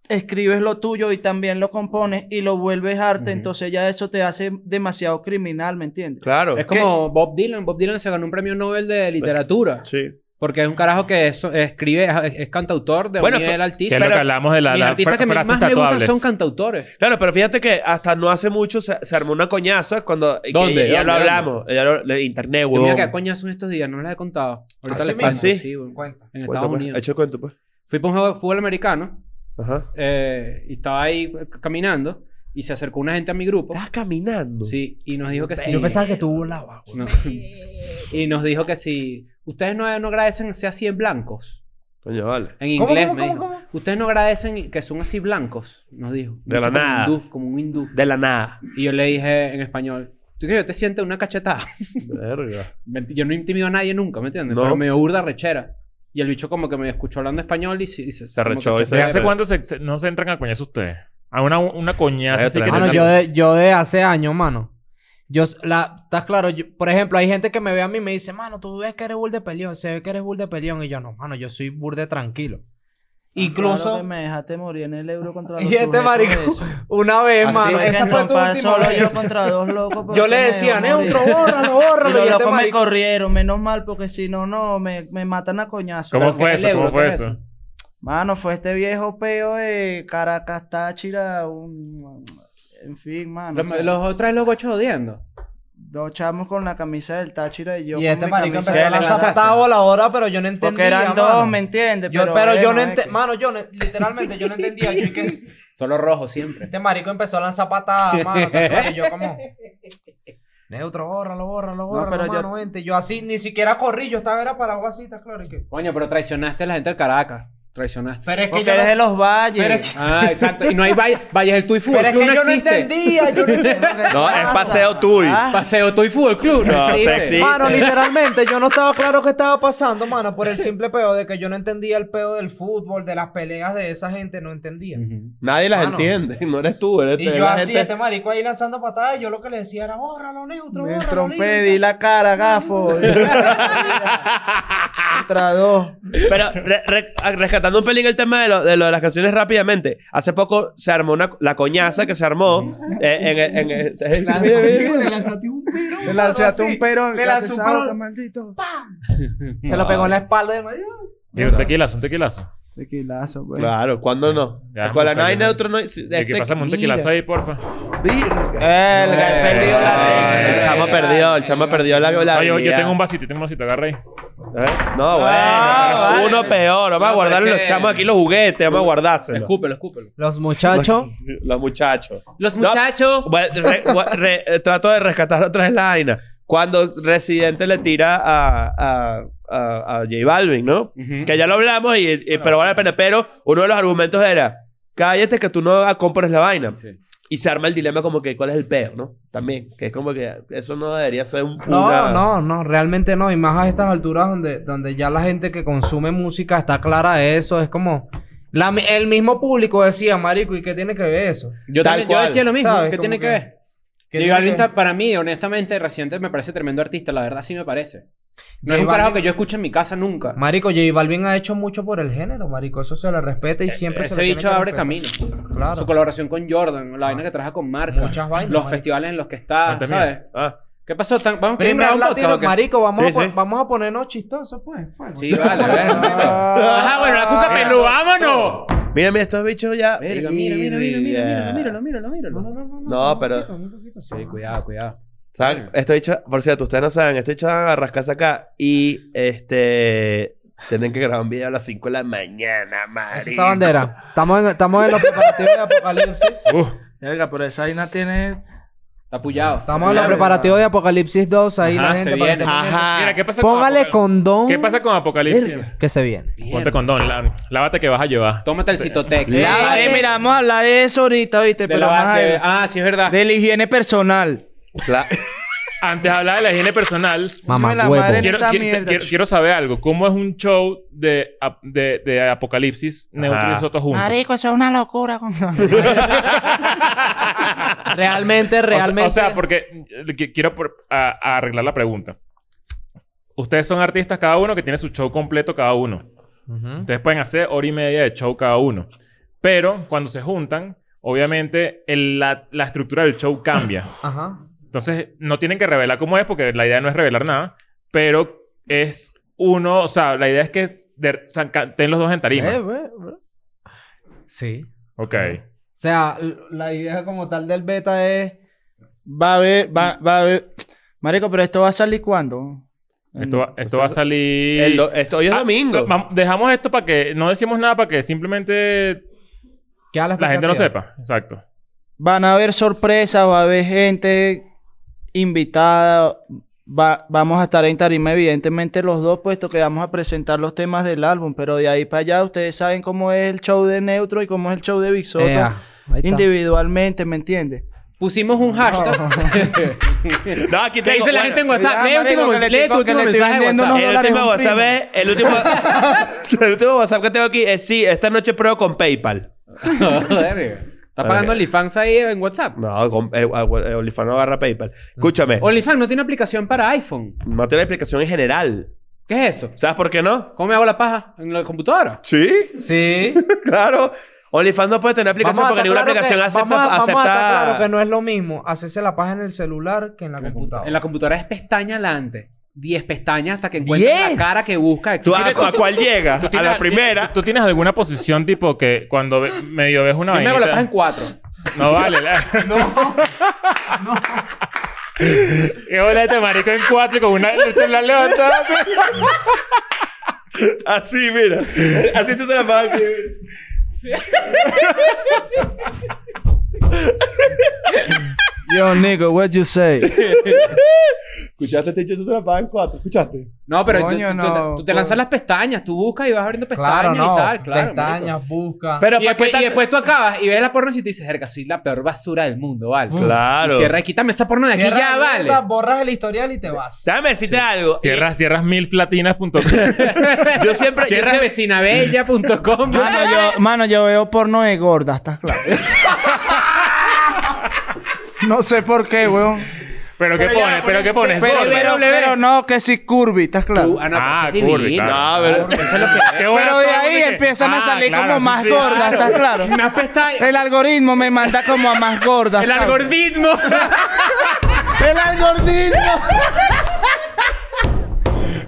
Speaker 6: escribes lo tuyo y también lo compones y lo vuelves arte, entonces ya eso te hace demasiado criminal, ¿me entiendes?
Speaker 3: Claro.
Speaker 4: Es como Bob Dylan. Bob Dylan se ganó un premio Nobel de literatura.
Speaker 3: Sí.
Speaker 4: Porque es un carajo que es- escribe, es, es cantautor de
Speaker 3: Bueno,
Speaker 4: un nivel
Speaker 2: Que
Speaker 3: pero-
Speaker 2: es
Speaker 4: altísimo.
Speaker 2: lo que
Speaker 3: Pero-
Speaker 2: hablamos de la,
Speaker 4: Mis
Speaker 2: la
Speaker 4: artistas
Speaker 2: fra-
Speaker 4: que me-
Speaker 2: frases
Speaker 4: más me gustan
Speaker 2: tatuables.
Speaker 4: son cantautores.
Speaker 3: Claro, pero fíjate que hasta no hace mucho se, se armó una coñaza cuando... que
Speaker 4: ¿Dónde?
Speaker 3: Ya lo
Speaker 4: ¿Dónde?
Speaker 3: hablamos. Ya lo- de internet,
Speaker 4: Yo, mira,
Speaker 3: huevón.
Speaker 4: ¿qué coño son estos días? No les he contado. Ahorita
Speaker 5: ¿Así
Speaker 4: les paso.
Speaker 3: mismo?
Speaker 4: Sí, güey.
Speaker 5: Cuenta.
Speaker 4: en
Speaker 3: Cuenta,
Speaker 4: Estados
Speaker 3: pues.
Speaker 4: Unidos.
Speaker 3: Echa el cuento, pues.
Speaker 4: Fui para un juego de fútbol americano
Speaker 3: Ajá.
Speaker 4: eh, y estaba ahí eh, caminando y se acercó una gente a mi grupo.
Speaker 3: Estás caminando.
Speaker 4: Oh. Sí, y nos dijo que sí.
Speaker 5: Yo pensaba que tú volabas, güey.
Speaker 4: [LAUGHS] No. y nos dijo que sí. Ustedes no, no agradecen ser así en blancos.
Speaker 3: Coño, vale.
Speaker 4: En
Speaker 5: ¿Cómo,
Speaker 4: inglés
Speaker 5: cómo,
Speaker 4: me
Speaker 5: cómo,
Speaker 4: dijo.
Speaker 5: cómo?
Speaker 4: Ustedes no agradecen que son así blancos, nos dijo.
Speaker 3: De la
Speaker 4: Mucho como
Speaker 3: nada.
Speaker 4: hindú, como un hindú.
Speaker 3: De la nada.
Speaker 4: Y yo le dije en español, ¿tú crees que yo te siente una cachetada? [LAUGHS]
Speaker 3: Verga.
Speaker 4: Menti- Yo no intimido a nadie nunca, ¿me entiendes?
Speaker 3: No.
Speaker 4: Pero me dio burda rechera. Y el bicho como que me escuchó hablando español y, se- y se...
Speaker 3: Se
Speaker 4: como
Speaker 3: arrechó
Speaker 4: que
Speaker 3: y se-
Speaker 2: ¿De hace
Speaker 3: Pero-
Speaker 2: cuánto se- se- no se entran a coñazo ustedes? A una, una coñaza
Speaker 3: Ay,
Speaker 2: así
Speaker 3: otra
Speaker 2: que
Speaker 3: vez.
Speaker 5: Mano,
Speaker 2: te-
Speaker 5: yo de, yo de hace años, mano. Yo, s- la, estás claro, yo- por ejemplo, hay gente que me ve a mí y me dice, mano, tú ves que eres bull de peleón, se ve que eres bull de peleón. Y yo, no, mano, yo soy bull de tranquilo. Incluso,
Speaker 6: Ah, Claro que me dejaste morir en el euro contra
Speaker 5: [LAUGHS]
Speaker 6: los
Speaker 5: y este
Speaker 6: sujetos
Speaker 5: marico,
Speaker 6: de eso.
Speaker 5: una vez,
Speaker 3: Así
Speaker 5: mano,
Speaker 3: es,
Speaker 5: esa
Speaker 6: Dejen
Speaker 5: fue tu
Speaker 6: trompar
Speaker 5: última
Speaker 6: solo
Speaker 5: vez.
Speaker 6: yo contra dos locos.
Speaker 5: [LAUGHS]
Speaker 6: porque
Speaker 5: Yo le
Speaker 6: me
Speaker 5: decía,
Speaker 6: dejó morir.
Speaker 5: neutro, bórralo,
Speaker 6: Y [LAUGHS]
Speaker 5: bórralo.
Speaker 6: los
Speaker 5: Y este
Speaker 6: locos me
Speaker 5: marico,
Speaker 6: corrieron, menos mal, porque si no, no, me, me matan a coñazo.
Speaker 2: ¿Cómo
Speaker 4: Pero
Speaker 2: fue
Speaker 4: que
Speaker 2: eso?
Speaker 4: el euro,
Speaker 2: ¿Cómo
Speaker 4: ¿qué
Speaker 2: fue
Speaker 4: es
Speaker 2: eso?
Speaker 4: eso?
Speaker 6: Mano, fue este viejo peo de Caracas, Táchira, un... en fin, mano. o
Speaker 4: Los,
Speaker 6: sea,
Speaker 4: los otros los gochos jodiendo.
Speaker 6: Dos chamos con la camisa del Táchira y yo
Speaker 5: y
Speaker 6: con
Speaker 5: este
Speaker 6: mi
Speaker 5: marico
Speaker 6: camisa
Speaker 5: empezó
Speaker 4: ¿Qué
Speaker 5: a
Speaker 6: del
Speaker 4: le
Speaker 5: lanzar
Speaker 4: lanzaste?
Speaker 6: Caracas.
Speaker 5: patada la hora, pero yo no entendía,
Speaker 6: Porque eran
Speaker 5: mano.
Speaker 6: dos, ¿me entiendes?
Speaker 5: Yo- pero yo
Speaker 6: bueno,
Speaker 5: no
Speaker 6: es
Speaker 5: entendía,
Speaker 6: que-
Speaker 5: mano, yo no, literalmente, yo no entendía. Yo que
Speaker 4: Solo rojos siempre.
Speaker 5: Este marico empezó a lanzar patadas, mano. ¿te acuerdas? Y yo como... Neutro, bórralo, bórralo, bórralo,
Speaker 6: pero yo-
Speaker 5: mano, vente. Yo así, ni siquiera corrí. Yo estaba era para algo así, ¿estás claro? Y que-
Speaker 4: Coño, pero traicionaste a la gente del Caracas. Traicionaste.
Speaker 5: Pero es que
Speaker 6: Porque
Speaker 5: yo
Speaker 6: eres
Speaker 5: no-
Speaker 6: de los valles.
Speaker 5: Pero es que-
Speaker 4: Ah, exacto. Y no hay valles. Valles del Tuy Fútbol
Speaker 5: [LAUGHS] pero es
Speaker 4: Club
Speaker 5: que
Speaker 4: no
Speaker 5: yo no
Speaker 4: existe.
Speaker 5: entendía. Yo no entendía.
Speaker 3: No, es paseo tuyo.
Speaker 6: Ah,
Speaker 4: Paseo Tuy Fútbol Club no,
Speaker 3: No,
Speaker 4: existe.
Speaker 3: sexy.
Speaker 5: Mano, literalmente, yo no estaba claro qué estaba pasando, mano, por el simple peo de que yo no entendía el peo del fútbol, de las peleas de esa gente, no entendía.
Speaker 4: Ujú.
Speaker 3: Nadie las
Speaker 5: Mano.
Speaker 3: entiende. [LAUGHS] No eres tú, eres
Speaker 5: Y
Speaker 3: eres
Speaker 5: yo
Speaker 3: la
Speaker 5: así,
Speaker 3: gente-
Speaker 5: este marico ahí lanzando patadas, y yo lo que le decía era, bórralo, neutro,
Speaker 6: me
Speaker 5: bórralo.
Speaker 6: trompé,
Speaker 5: neutro".
Speaker 6: di la cara, gafo. Contra dos.
Speaker 3: Pero re- re- a- rescatando un pelín el tema de lo, de lo de las canciones rápidamente. Hace poco se armó una, la coñaza que se armó eh, en... en, en- [LAUGHS] Mira, mira.
Speaker 6: Le lanzaste
Speaker 5: así.
Speaker 6: un perón.
Speaker 5: Le lanzó un
Speaker 6: Sábado,
Speaker 5: perón.
Speaker 6: maldito.
Speaker 5: Se lo pegó en la espalda del marico.
Speaker 2: Y un tequilazo, un tequilazo.
Speaker 6: Tequilazo, güey.
Speaker 3: Claro, ¿cuándo no?
Speaker 2: pues. Eh, Ya,
Speaker 3: Cuando no hay
Speaker 2: nunca,
Speaker 3: neutro, no hay... este
Speaker 2: Y que pasamos un tequilazo ahí, porfa.
Speaker 6: Eh, le
Speaker 4: Eh,
Speaker 6: he perdido la
Speaker 3: Ay, el
Speaker 6: leche.
Speaker 3: chamo perdió, el chamo perdió la... la
Speaker 2: Oye, yo, yo
Speaker 3: habilidad.
Speaker 2: tengo un vasito, yo tengo un vasito, agarra ahí.
Speaker 3: ¿Eh? No, bueno.
Speaker 6: Ah, vale.
Speaker 3: Uno peor. Vamos a
Speaker 4: No,
Speaker 3: guardar
Speaker 4: pero es
Speaker 3: los
Speaker 4: que-
Speaker 3: chamos aquí los juguetes. Vamos a guardárselos.
Speaker 4: Escúpelo, escúpelo.
Speaker 5: Los muchachos.
Speaker 3: Los muchachos.
Speaker 4: Los
Speaker 3: No,
Speaker 4: muchachos.
Speaker 3: Bueno, re- gua- re- eh, trato de rescatar otra vez la vaina. Cuando Residente le tira a, a, a, a J Balvin, ¿no?
Speaker 4: Ujú.
Speaker 3: Que ya lo hablamos, y, y- pero vale la pena. Pero uno de los argumentos era: cállate que tú no compras la vaina.
Speaker 4: Sí.
Speaker 3: Y se arma el dilema como que cuál es el peo, ¿no? También. Que es como que eso no debería ser un.
Speaker 5: No,
Speaker 3: una-
Speaker 5: no, no, realmente no. Y más a estas alturas donde, donde ya la gente que consume música está clara de eso. Es como. la mi- el mismo público decía, Marico, ¿y qué tiene que ver eso?
Speaker 4: Yo,
Speaker 3: Tal
Speaker 4: también, yo
Speaker 3: cual.
Speaker 4: decía lo mismo.
Speaker 5: ¿Sabes?
Speaker 4: ¿Qué
Speaker 5: Como
Speaker 4: tiene que
Speaker 5: que-
Speaker 4: ver?
Speaker 5: ¿Qué
Speaker 4: J
Speaker 5: tiene
Speaker 4: Balvin
Speaker 5: que-
Speaker 4: está- para mí, honestamente, reciente me parece tremendo artista. La verdad sí me parece. No
Speaker 5: J
Speaker 4: es un
Speaker 5: Balvin-
Speaker 4: carajo que yo escuche en mi casa nunca.
Speaker 5: Marico, J Balvin ha hecho mucho por el género, Marico. Eso se le respeta y siempre se
Speaker 4: E, Ese
Speaker 5: le tiene
Speaker 4: bicho
Speaker 5: que
Speaker 4: abre
Speaker 5: respetar.
Speaker 4: camino.
Speaker 5: Claro. Ah.
Speaker 4: Su colaboración con Jordan, la vaina que trabaja con marca.
Speaker 5: Muchas vainas,
Speaker 4: Los
Speaker 5: marico.
Speaker 4: festivales en los que está,
Speaker 2: Parte mía.
Speaker 4: ¿sabes?
Speaker 3: Ah,
Speaker 4: ¿Qué pasó? ¿Tan- ¿Vamos a
Speaker 5: Primer
Speaker 4: grabar un podcast
Speaker 5: latino,
Speaker 4: o qué?
Speaker 5: Marico, vamos,
Speaker 3: Sí,
Speaker 5: a pon-
Speaker 3: sí.
Speaker 5: vamos a ponernos chistosos, pues. Fuego.
Speaker 4: Sí, vale, verga.
Speaker 6: Ah,
Speaker 4: bueno, la cuca pelú, vámonos.
Speaker 3: mira, mira, estos bichos ya.
Speaker 4: Verga, mira, mira,
Speaker 5: [LAUGHS]
Speaker 4: mira, mira, míralo, míralo, míralo,
Speaker 5: No, no,
Speaker 4: míralo.
Speaker 5: no, no.
Speaker 3: No,
Speaker 5: un
Speaker 3: pero-
Speaker 5: poquito, un poquito, sí.
Speaker 4: Sí, cuidado, cuidado.
Speaker 3: ¿Saben? Estoy hecho, por cierto, ustedes no saben, estoy hecho a rascarse acá y este tienen que grabar un video a las 5 de la mañana,
Speaker 5: Eso
Speaker 3: marico.
Speaker 5: está bandera. Estamos en, estamos en los preparativos de Apocalipsis.
Speaker 2: Uh,
Speaker 6: Verga, pero esa vaina tiene.
Speaker 4: Está apoyado.
Speaker 5: Estamos en los
Speaker 6: Claro.
Speaker 5: preparativos de Apocalipsis 2. Ahí
Speaker 4: Ajá,
Speaker 5: la
Speaker 4: se
Speaker 5: gente para
Speaker 4: viene.
Speaker 5: que te pongas-
Speaker 3: Ajá.
Speaker 2: mira, ¿qué pasa
Speaker 5: Póngale
Speaker 2: Apocalipsis?
Speaker 5: condón.
Speaker 2: ¿Qué pasa con Apocalipsis?
Speaker 5: Que se viene.
Speaker 2: Ponte condón, la- lávate que vas a llevar.
Speaker 4: Tómate el Citotec.
Speaker 6: Eh,
Speaker 4: Lávate.
Speaker 6: mira, vamos a hablar de eso ahorita, ¿viste?
Speaker 4: De
Speaker 6: Pero
Speaker 4: la-
Speaker 6: más
Speaker 4: de-
Speaker 6: adelante.
Speaker 4: Ah, sí, es verdad.
Speaker 6: De la higiene personal.
Speaker 3: Cla-
Speaker 2: Antes de hablar de la higiene personal,
Speaker 5: Mamá,
Speaker 6: Chúpame la
Speaker 5: huevo.
Speaker 6: madre en
Speaker 2: quiero,
Speaker 6: esta
Speaker 2: qui-
Speaker 6: mierda.
Speaker 2: quiero- quiero saber algo. ¿Cómo es un show de, ap- de, de Apocalipsis neutro y
Speaker 3: Ajá.
Speaker 2: Soto juntos?
Speaker 6: Marico, eso es una locura. con-
Speaker 5: Realmente,
Speaker 2: O sea-
Speaker 5: realmente.
Speaker 2: O sea, porque eh, qui- quiero por- a- a arreglar la pregunta. ustedes son artistas cada uno que tiene su show completo cada uno. Ustedes pueden hacer hora y media de show cada uno. Pero cuando se juntan, obviamente el- la, la estructura del show cambia.
Speaker 5: Ajá.
Speaker 2: Entonces, no tienen que revelar cómo es, porque la idea no es revelar nada. Pero es uno, o sea, la idea es que es de- sa- ca- ten los dos en tarima.
Speaker 5: Eh, ve, ve. Sí.
Speaker 2: Ok.
Speaker 5: O sea, l- la idea como tal del beta es.
Speaker 6: Va a haber, va, va a haber. Marico, pero esto va a salir cuándo?
Speaker 2: Esto, va- esto va a salir.
Speaker 3: El do- esto hoy es
Speaker 2: Ah,
Speaker 3: domingo.
Speaker 2: vam- Dejamos esto para que no decimos nada para que simplemente
Speaker 5: Que a
Speaker 2: la gente no sepa. Exacto.
Speaker 6: Van a haber sorpresas, va a haber gente invitada. va- vamos a estar en tarima, evidentemente, los dos, puesto que vamos a presentar los temas del álbum. Pero de ahí para allá, ustedes saben cómo es el show de Neutro y cómo es el show de Big
Speaker 5: Eh,
Speaker 6: Soto.
Speaker 5: ah,
Speaker 6: individualmente, ¿me entiendes?
Speaker 4: Pusimos un
Speaker 5: [LAUGHS]
Speaker 4: hashtag. [LAUGHS]
Speaker 3: No, aquí
Speaker 4: ¿Qué dice la gente en
Speaker 6: Ya,
Speaker 4: WhatsApp? Lee,
Speaker 6: marico,
Speaker 4: último
Speaker 6: que le
Speaker 4: mens- lee tu
Speaker 6: estoy-
Speaker 4: último
Speaker 6: que le estoy
Speaker 4: mensaje de WhatsApp.
Speaker 6: vendiendo unos
Speaker 3: El
Speaker 6: dólares,
Speaker 3: último
Speaker 6: un
Speaker 3: WhatsApp
Speaker 6: primo.
Speaker 3: es- el último,
Speaker 5: [LAUGHS]
Speaker 3: el último WhatsApp que tengo aquí es sí, esta noche pruebo con PayPal.
Speaker 4: Joder. ¿Está pagando
Speaker 3: Ok.
Speaker 4: OnlyFans ahí en WhatsApp?
Speaker 3: No, con, eh, ah, bueno, eh, OnlyFans no agarra PayPal. Escúchame,
Speaker 4: OnlyFans no tiene aplicación para iPhone.
Speaker 3: no tiene explicación en general.
Speaker 4: ¿Qué es eso?
Speaker 3: ¿Sabes por qué no?
Speaker 4: ¿Cómo me hago la paja? ¿En la computadora?
Speaker 3: Sí,
Speaker 5: Sí. [LAUGHS]
Speaker 3: claro. OnlyFans no puede tener aplicación
Speaker 5: Vamos a
Speaker 3: porque
Speaker 5: estar
Speaker 3: ninguna
Speaker 5: claro
Speaker 3: aplicación
Speaker 5: que-
Speaker 3: acepta.
Speaker 5: Vamos a, vamos a
Speaker 3: acepta-
Speaker 5: estar claro que no es lo mismo hacerse la paja en el celular que en la computadora.
Speaker 4: En la computadora es pestaña adelante. 10 pestañas hasta que encuentres
Speaker 3: Diez.
Speaker 4: la cara que busca.
Speaker 3: ¿Tú a, a cuál [LAUGHS] llega? A
Speaker 2: ¿Tienes-
Speaker 3: la primera.
Speaker 2: ¿Tú tienes alguna posición tipo que cuando ve- medio ves una
Speaker 4: Yo me hago la paja en
Speaker 2: vainita...
Speaker 4: cuatro.
Speaker 2: No vale.
Speaker 6: [LAUGHS]
Speaker 2: No. no. Qué bola este marico en cuatro y con una el celular levantado.
Speaker 3: Así, mira. Así tú se la pagas.
Speaker 6: Yo, nigga, what you say?
Speaker 3: ¿Escuchaste? Te dicho, se la pagan cuatro. ¿Escuchaste?
Speaker 4: No, pero tú-
Speaker 6: Coño,
Speaker 4: tú,
Speaker 6: no,
Speaker 4: tú te lanzas
Speaker 6: por-
Speaker 4: las pestañas, tú buscas y vas abriendo pestañas
Speaker 5: claro, no.
Speaker 4: y tal, claro. marico.
Speaker 5: Pestañas, busca.
Speaker 3: Pero
Speaker 4: Y
Speaker 3: ¿para qué
Speaker 4: después,
Speaker 3: tan-
Speaker 4: y después tú acabas y ves la porno y te dices, Jerga, soy la peor basura del mundo, ¿vale?
Speaker 3: Claro.
Speaker 4: Y cierra y quítame esa porno de aquí
Speaker 5: Cierra
Speaker 4: ya,
Speaker 5: la
Speaker 4: ¿vale?
Speaker 5: puerta, Borras el historial y te vas.
Speaker 3: Déjame decirte algo.
Speaker 2: Cierras, cierras milflatinas.com.
Speaker 4: [LAUGHS]
Speaker 3: Yo siempre.
Speaker 4: Cierra
Speaker 3: yo siempre-
Speaker 4: vecinabella.com.
Speaker 6: Mano yo, mano, yo veo porno de gorda,
Speaker 4: [LAUGHS]
Speaker 6: ¿estás claro? no sé por qué, weón.
Speaker 2: Pero qué
Speaker 4: Pero ya,
Speaker 2: pones, pero qué pones.
Speaker 6: Pero,
Speaker 2: Gorda.
Speaker 6: pero,
Speaker 4: W.
Speaker 6: pero no, que si curvy, ¿estás claro?
Speaker 4: Tú, ah, no, pero
Speaker 2: Ah,
Speaker 4: eso es
Speaker 2: curvy,
Speaker 4: divino.
Speaker 2: claro.
Speaker 3: No, pero.
Speaker 4: Eso es lo que
Speaker 2: Qué buena
Speaker 6: Pero de
Speaker 2: todo el mundo
Speaker 6: ahí
Speaker 2: que-
Speaker 6: empiezan a
Speaker 2: Ah,
Speaker 6: salir
Speaker 2: claro,
Speaker 6: como
Speaker 2: sí,
Speaker 6: más
Speaker 2: sí.
Speaker 6: gordas, ¿estás claro?
Speaker 4: Unas pestañas.
Speaker 6: El algoritmo me manda como a más gordas.
Speaker 4: El
Speaker 6: ¿estás
Speaker 3: [LAUGHS]
Speaker 6: claro?
Speaker 4: algoritmo.
Speaker 6: ¡El algoritmo!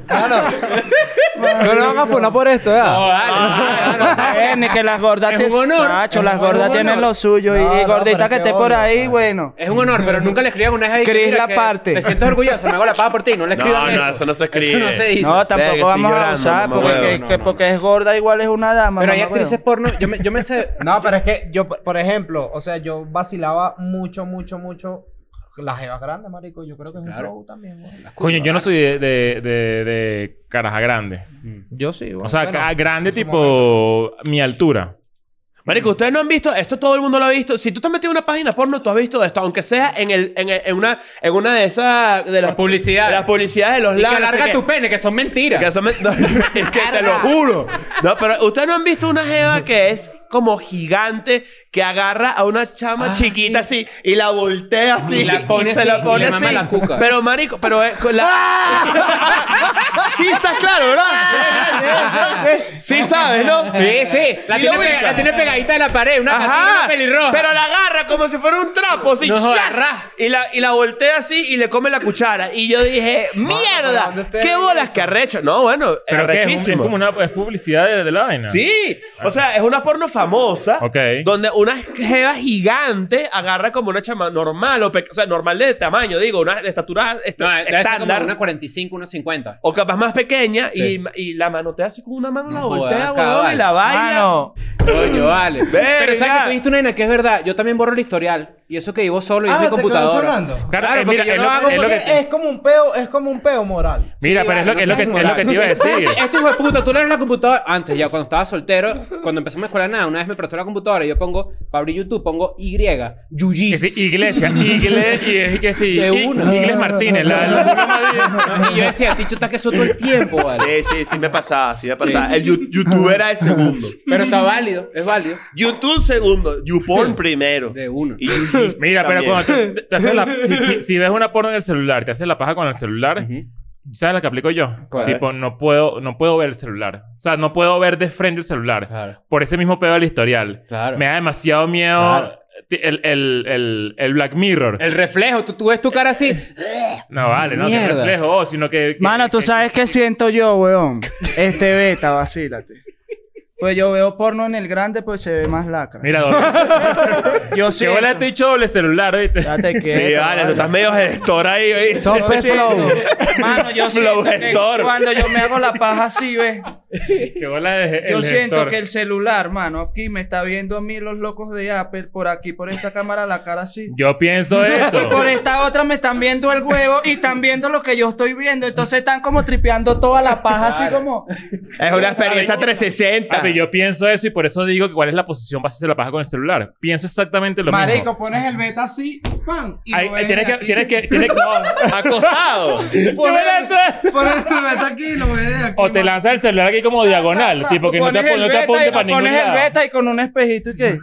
Speaker 7: No lo van a poner por esto, ¿eh?
Speaker 4: No, vale, no, no, no.
Speaker 6: Eh, ni que las gordas
Speaker 4: Es
Speaker 6: te-
Speaker 4: un honor.
Speaker 6: Chacho,
Speaker 4: Es
Speaker 6: las
Speaker 4: un
Speaker 6: gordas
Speaker 4: honor.
Speaker 6: tienen lo suyo. y-
Speaker 5: No,
Speaker 6: y
Speaker 5: no,
Speaker 6: gordita
Speaker 5: pero
Speaker 6: que
Speaker 5: qué
Speaker 6: esté por
Speaker 5: obvio,
Speaker 6: ahí,
Speaker 5: claro.
Speaker 6: bueno.
Speaker 4: Es un honor, pero nunca le escriban una vez.
Speaker 6: Cris
Speaker 4: la
Speaker 6: la parte.
Speaker 4: Te siento orgulloso, me hago la paja por ti. No le
Speaker 3: No,
Speaker 4: escriban eso.
Speaker 3: no, eso no se escribe.
Speaker 4: Eso no se dice.
Speaker 6: No, tampoco
Speaker 3: Verga,
Speaker 6: vamos
Speaker 3: estoy
Speaker 6: a
Speaker 3: llorando,
Speaker 6: abusar
Speaker 3: mamá,
Speaker 6: porque,
Speaker 3: huevo.
Speaker 6: que-
Speaker 4: No,
Speaker 6: que
Speaker 4: no,
Speaker 6: porque es gorda igual es una dama.
Speaker 4: pero hay
Speaker 6: mamá,
Speaker 4: actrices
Speaker 6: huevo.
Speaker 4: porno. Yo me, yo me sé.
Speaker 5: No, pero es que yo, por ejemplo, o sea, yo vacilaba mucho, mucho, mucho. Las jevas grandes, marico. Yo creo que es un
Speaker 4: Claro.
Speaker 5: flow también, güey.
Speaker 2: Coño, yo no soy de, de, de, de caraja grande.
Speaker 5: Yo sí, güey.
Speaker 2: O sea,
Speaker 5: Bueno,
Speaker 2: ca- grande
Speaker 5: en su
Speaker 2: tipo mi altura.
Speaker 4: Mm.
Speaker 3: Marico, ustedes no han visto, esto todo el mundo lo ha visto. Si tú te has metido en una página porno, tú has visto esto, aunque sea en, el, en, el- en una, en una de esas. De las
Speaker 4: Las publicidades.
Speaker 3: de las publicidades de los
Speaker 4: Y que
Speaker 3: labios, no sé
Speaker 4: alarga
Speaker 3: qué.
Speaker 4: tu pene, que son mentiras.
Speaker 3: Que eso me- [LAUGHS] no, es que te lo juro. No, pero ustedes no han visto una jeva que es como gigante que agarra a una chama chiquita así y la voltea así
Speaker 4: Ah, Y la pone
Speaker 3: se
Speaker 4: así,
Speaker 3: la pone
Speaker 4: y le mama
Speaker 3: así.
Speaker 4: la cuca.
Speaker 3: Pero marico, pero es con la
Speaker 4: ¡Ah!
Speaker 3: [LAUGHS] Sí está claro,
Speaker 4: [LAUGHS]
Speaker 3: ¿verdad? Sí sabes, ¿no?
Speaker 4: Sí, sí. La,
Speaker 3: Sí
Speaker 4: tiene pega-
Speaker 3: lo ubica.
Speaker 4: la tiene pegadita de la pared. Una
Speaker 3: Ajá,
Speaker 4: Ajá, pelirroja.
Speaker 3: pero la agarra como si fuera un trapo, así,
Speaker 4: No jodas,
Speaker 3: ¡zas!
Speaker 4: ra.
Speaker 3: y, la, y la voltea así y le come la cuchara. Y yo dije, ¡mierda!
Speaker 5: ¿dónde te
Speaker 3: ¡Qué
Speaker 5: ves
Speaker 3: bolas
Speaker 5: eso?
Speaker 3: que arrecho! No, bueno,
Speaker 2: Pero que es, un- es
Speaker 3: arrechísimo.
Speaker 2: como una es publicidad de, de la vaina.
Speaker 3: Sí, o sea, es una porno famosa
Speaker 2: Ok.
Speaker 3: donde una jeva gigante agarra como una chama normal, o, pe- o sea, normal de tamaño, digo, una de estatura est-
Speaker 4: No, debe ser como
Speaker 3: estándar,
Speaker 4: una 45, una 50.
Speaker 3: o capaz más pequeña,
Speaker 4: Sí.
Speaker 3: y, y la manotea así con una mano, la
Speaker 4: No jodas,
Speaker 3: voltea,
Speaker 4: cabal.
Speaker 3: huevón, y la baila.
Speaker 6: Mano,
Speaker 4: Coño,
Speaker 3: [LAUGHS]
Speaker 4: vale. Pero
Speaker 3: Verga.
Speaker 4: sabes que tú dijiste una vaina que es verdad. Yo también borro el historial. Y eso que vivo solo y es
Speaker 5: Ah,
Speaker 4: mi
Speaker 5: ¿te quedó
Speaker 4: computadora.
Speaker 5: sonando?
Speaker 2: Claro,
Speaker 4: Claro,
Speaker 2: eh,
Speaker 4: porque
Speaker 2: mira,
Speaker 4: yo
Speaker 2: es
Speaker 4: no
Speaker 2: lo-
Speaker 4: hago
Speaker 2: es lo
Speaker 5: Porque
Speaker 2: que-
Speaker 5: es, como un peo, es como un peo moral.
Speaker 4: Sí,
Speaker 2: Mira, pero es
Speaker 4: vale,
Speaker 2: lo que- es
Speaker 4: no
Speaker 2: lo que-
Speaker 4: seas
Speaker 2: es lo que te iba a decir.
Speaker 4: Este hijo de puta, tú le eres la computadora. Antes, ya cuando estaba soltero, cuando empezamos a escuela nada, una vez me prestó la computadora y yo pongo, para abrir YouTube, pongo Y,
Speaker 2: Que
Speaker 4: Yuyis.
Speaker 2: sí,
Speaker 4: [LAUGHS]
Speaker 2: iglesia, iglesia, y es que sí,
Speaker 4: De
Speaker 2: I-
Speaker 4: una.
Speaker 2: Igles Martínez, la, la- la madre-
Speaker 4: No, y yo decía, Ticho está que eso todo el tiempo, vale.
Speaker 3: Sí, sí, sí me pasaba, sí me pasaba. El yu- YouTube era de segundo.
Speaker 4: Pero está válido, es válido.
Speaker 3: YouTube segundo, YouPorn primero.
Speaker 4: De uno. [LAUGHS]
Speaker 3: Y YouTube
Speaker 2: Mira, pero
Speaker 3: también.
Speaker 2: cuando te, te haces la, si, si- si ves una porno en el celular, te haces la paja con el celular, ¿Sabes la que aplico yo?
Speaker 4: ¿Cuál?
Speaker 2: Tipo, no puedo, no puedo ver el celular. O sea, no puedo ver de frente el celular.
Speaker 4: Claro.
Speaker 2: Por ese mismo pedo del historial.
Speaker 4: Claro.
Speaker 2: Me da demasiado miedo
Speaker 4: Claro.
Speaker 2: ti- el, el, el, el Black Mirror.
Speaker 4: El reflejo, tú, tú ves tu cara así.
Speaker 2: No vale, no que
Speaker 4: Mierda.
Speaker 2: reflejo, oh, sino que... que-
Speaker 6: Mano, tú
Speaker 2: que-
Speaker 6: sabes qué siento yo, weón. Este beta, vacílate. Pues yo veo porno en el grande, pues se ve más lacra.
Speaker 4: [LAUGHS]
Speaker 2: Mira, doble.
Speaker 6: yo
Speaker 2: que
Speaker 6: siento-
Speaker 2: huele a dicho doble celular, ¿viste?
Speaker 6: Date quieto,
Speaker 3: Sí, vale, tú estás medio gestor ahí, ¿oíste?
Speaker 7: Son
Speaker 6: Yo
Speaker 7: pez
Speaker 6: siento-
Speaker 7: flow.
Speaker 6: Mano, yo
Speaker 3: Flow
Speaker 6: siento que
Speaker 3: gestor.
Speaker 6: cuando yo me hago la paja así, ¿ves?
Speaker 2: Que huele el, el
Speaker 6: Yo siento
Speaker 2: gestor.
Speaker 6: que el celular, mano, aquí me está viendo a mí los locos de Apple, por aquí, por esta cámara, la cara así.
Speaker 2: Yo
Speaker 6: [LAUGHS]
Speaker 2: pienso
Speaker 6: Y
Speaker 2: eso.
Speaker 6: por esta otra me están viendo el huevo y están viendo lo que yo estoy viendo. Entonces están como tripeando toda la paja,
Speaker 2: [LAUGHS]
Speaker 6: así como.
Speaker 3: Es una experiencia
Speaker 2: Papi,
Speaker 3: 360.
Speaker 2: Papi, yo pienso eso y por eso digo que cuál es la posición para hacerse la paja con el celular. Pienso exactamente lo mismo.
Speaker 5: Marico, pones el beta así, ¡pam! Y
Speaker 2: Ahí,
Speaker 5: lo ves
Speaker 2: tienes que,
Speaker 5: aquí.
Speaker 2: tienes que, tienes que,
Speaker 6: [LAUGHS]
Speaker 4: [LAUGHS]
Speaker 2: no.
Speaker 3: Acostado.
Speaker 2: Poner eso.
Speaker 5: Pones el beta aquí y lo ves de aquí.
Speaker 2: O te
Speaker 5: man.
Speaker 2: lanzas el celular aquí como diagonal, tipo que no te,
Speaker 6: Pones
Speaker 2: apu-
Speaker 6: el
Speaker 2: no te
Speaker 6: beta
Speaker 2: apunte
Speaker 6: y-
Speaker 2: para ningún
Speaker 6: Pones el
Speaker 2: lado.
Speaker 6: beta y con un espejito
Speaker 2: [LAUGHS]
Speaker 6: y qué.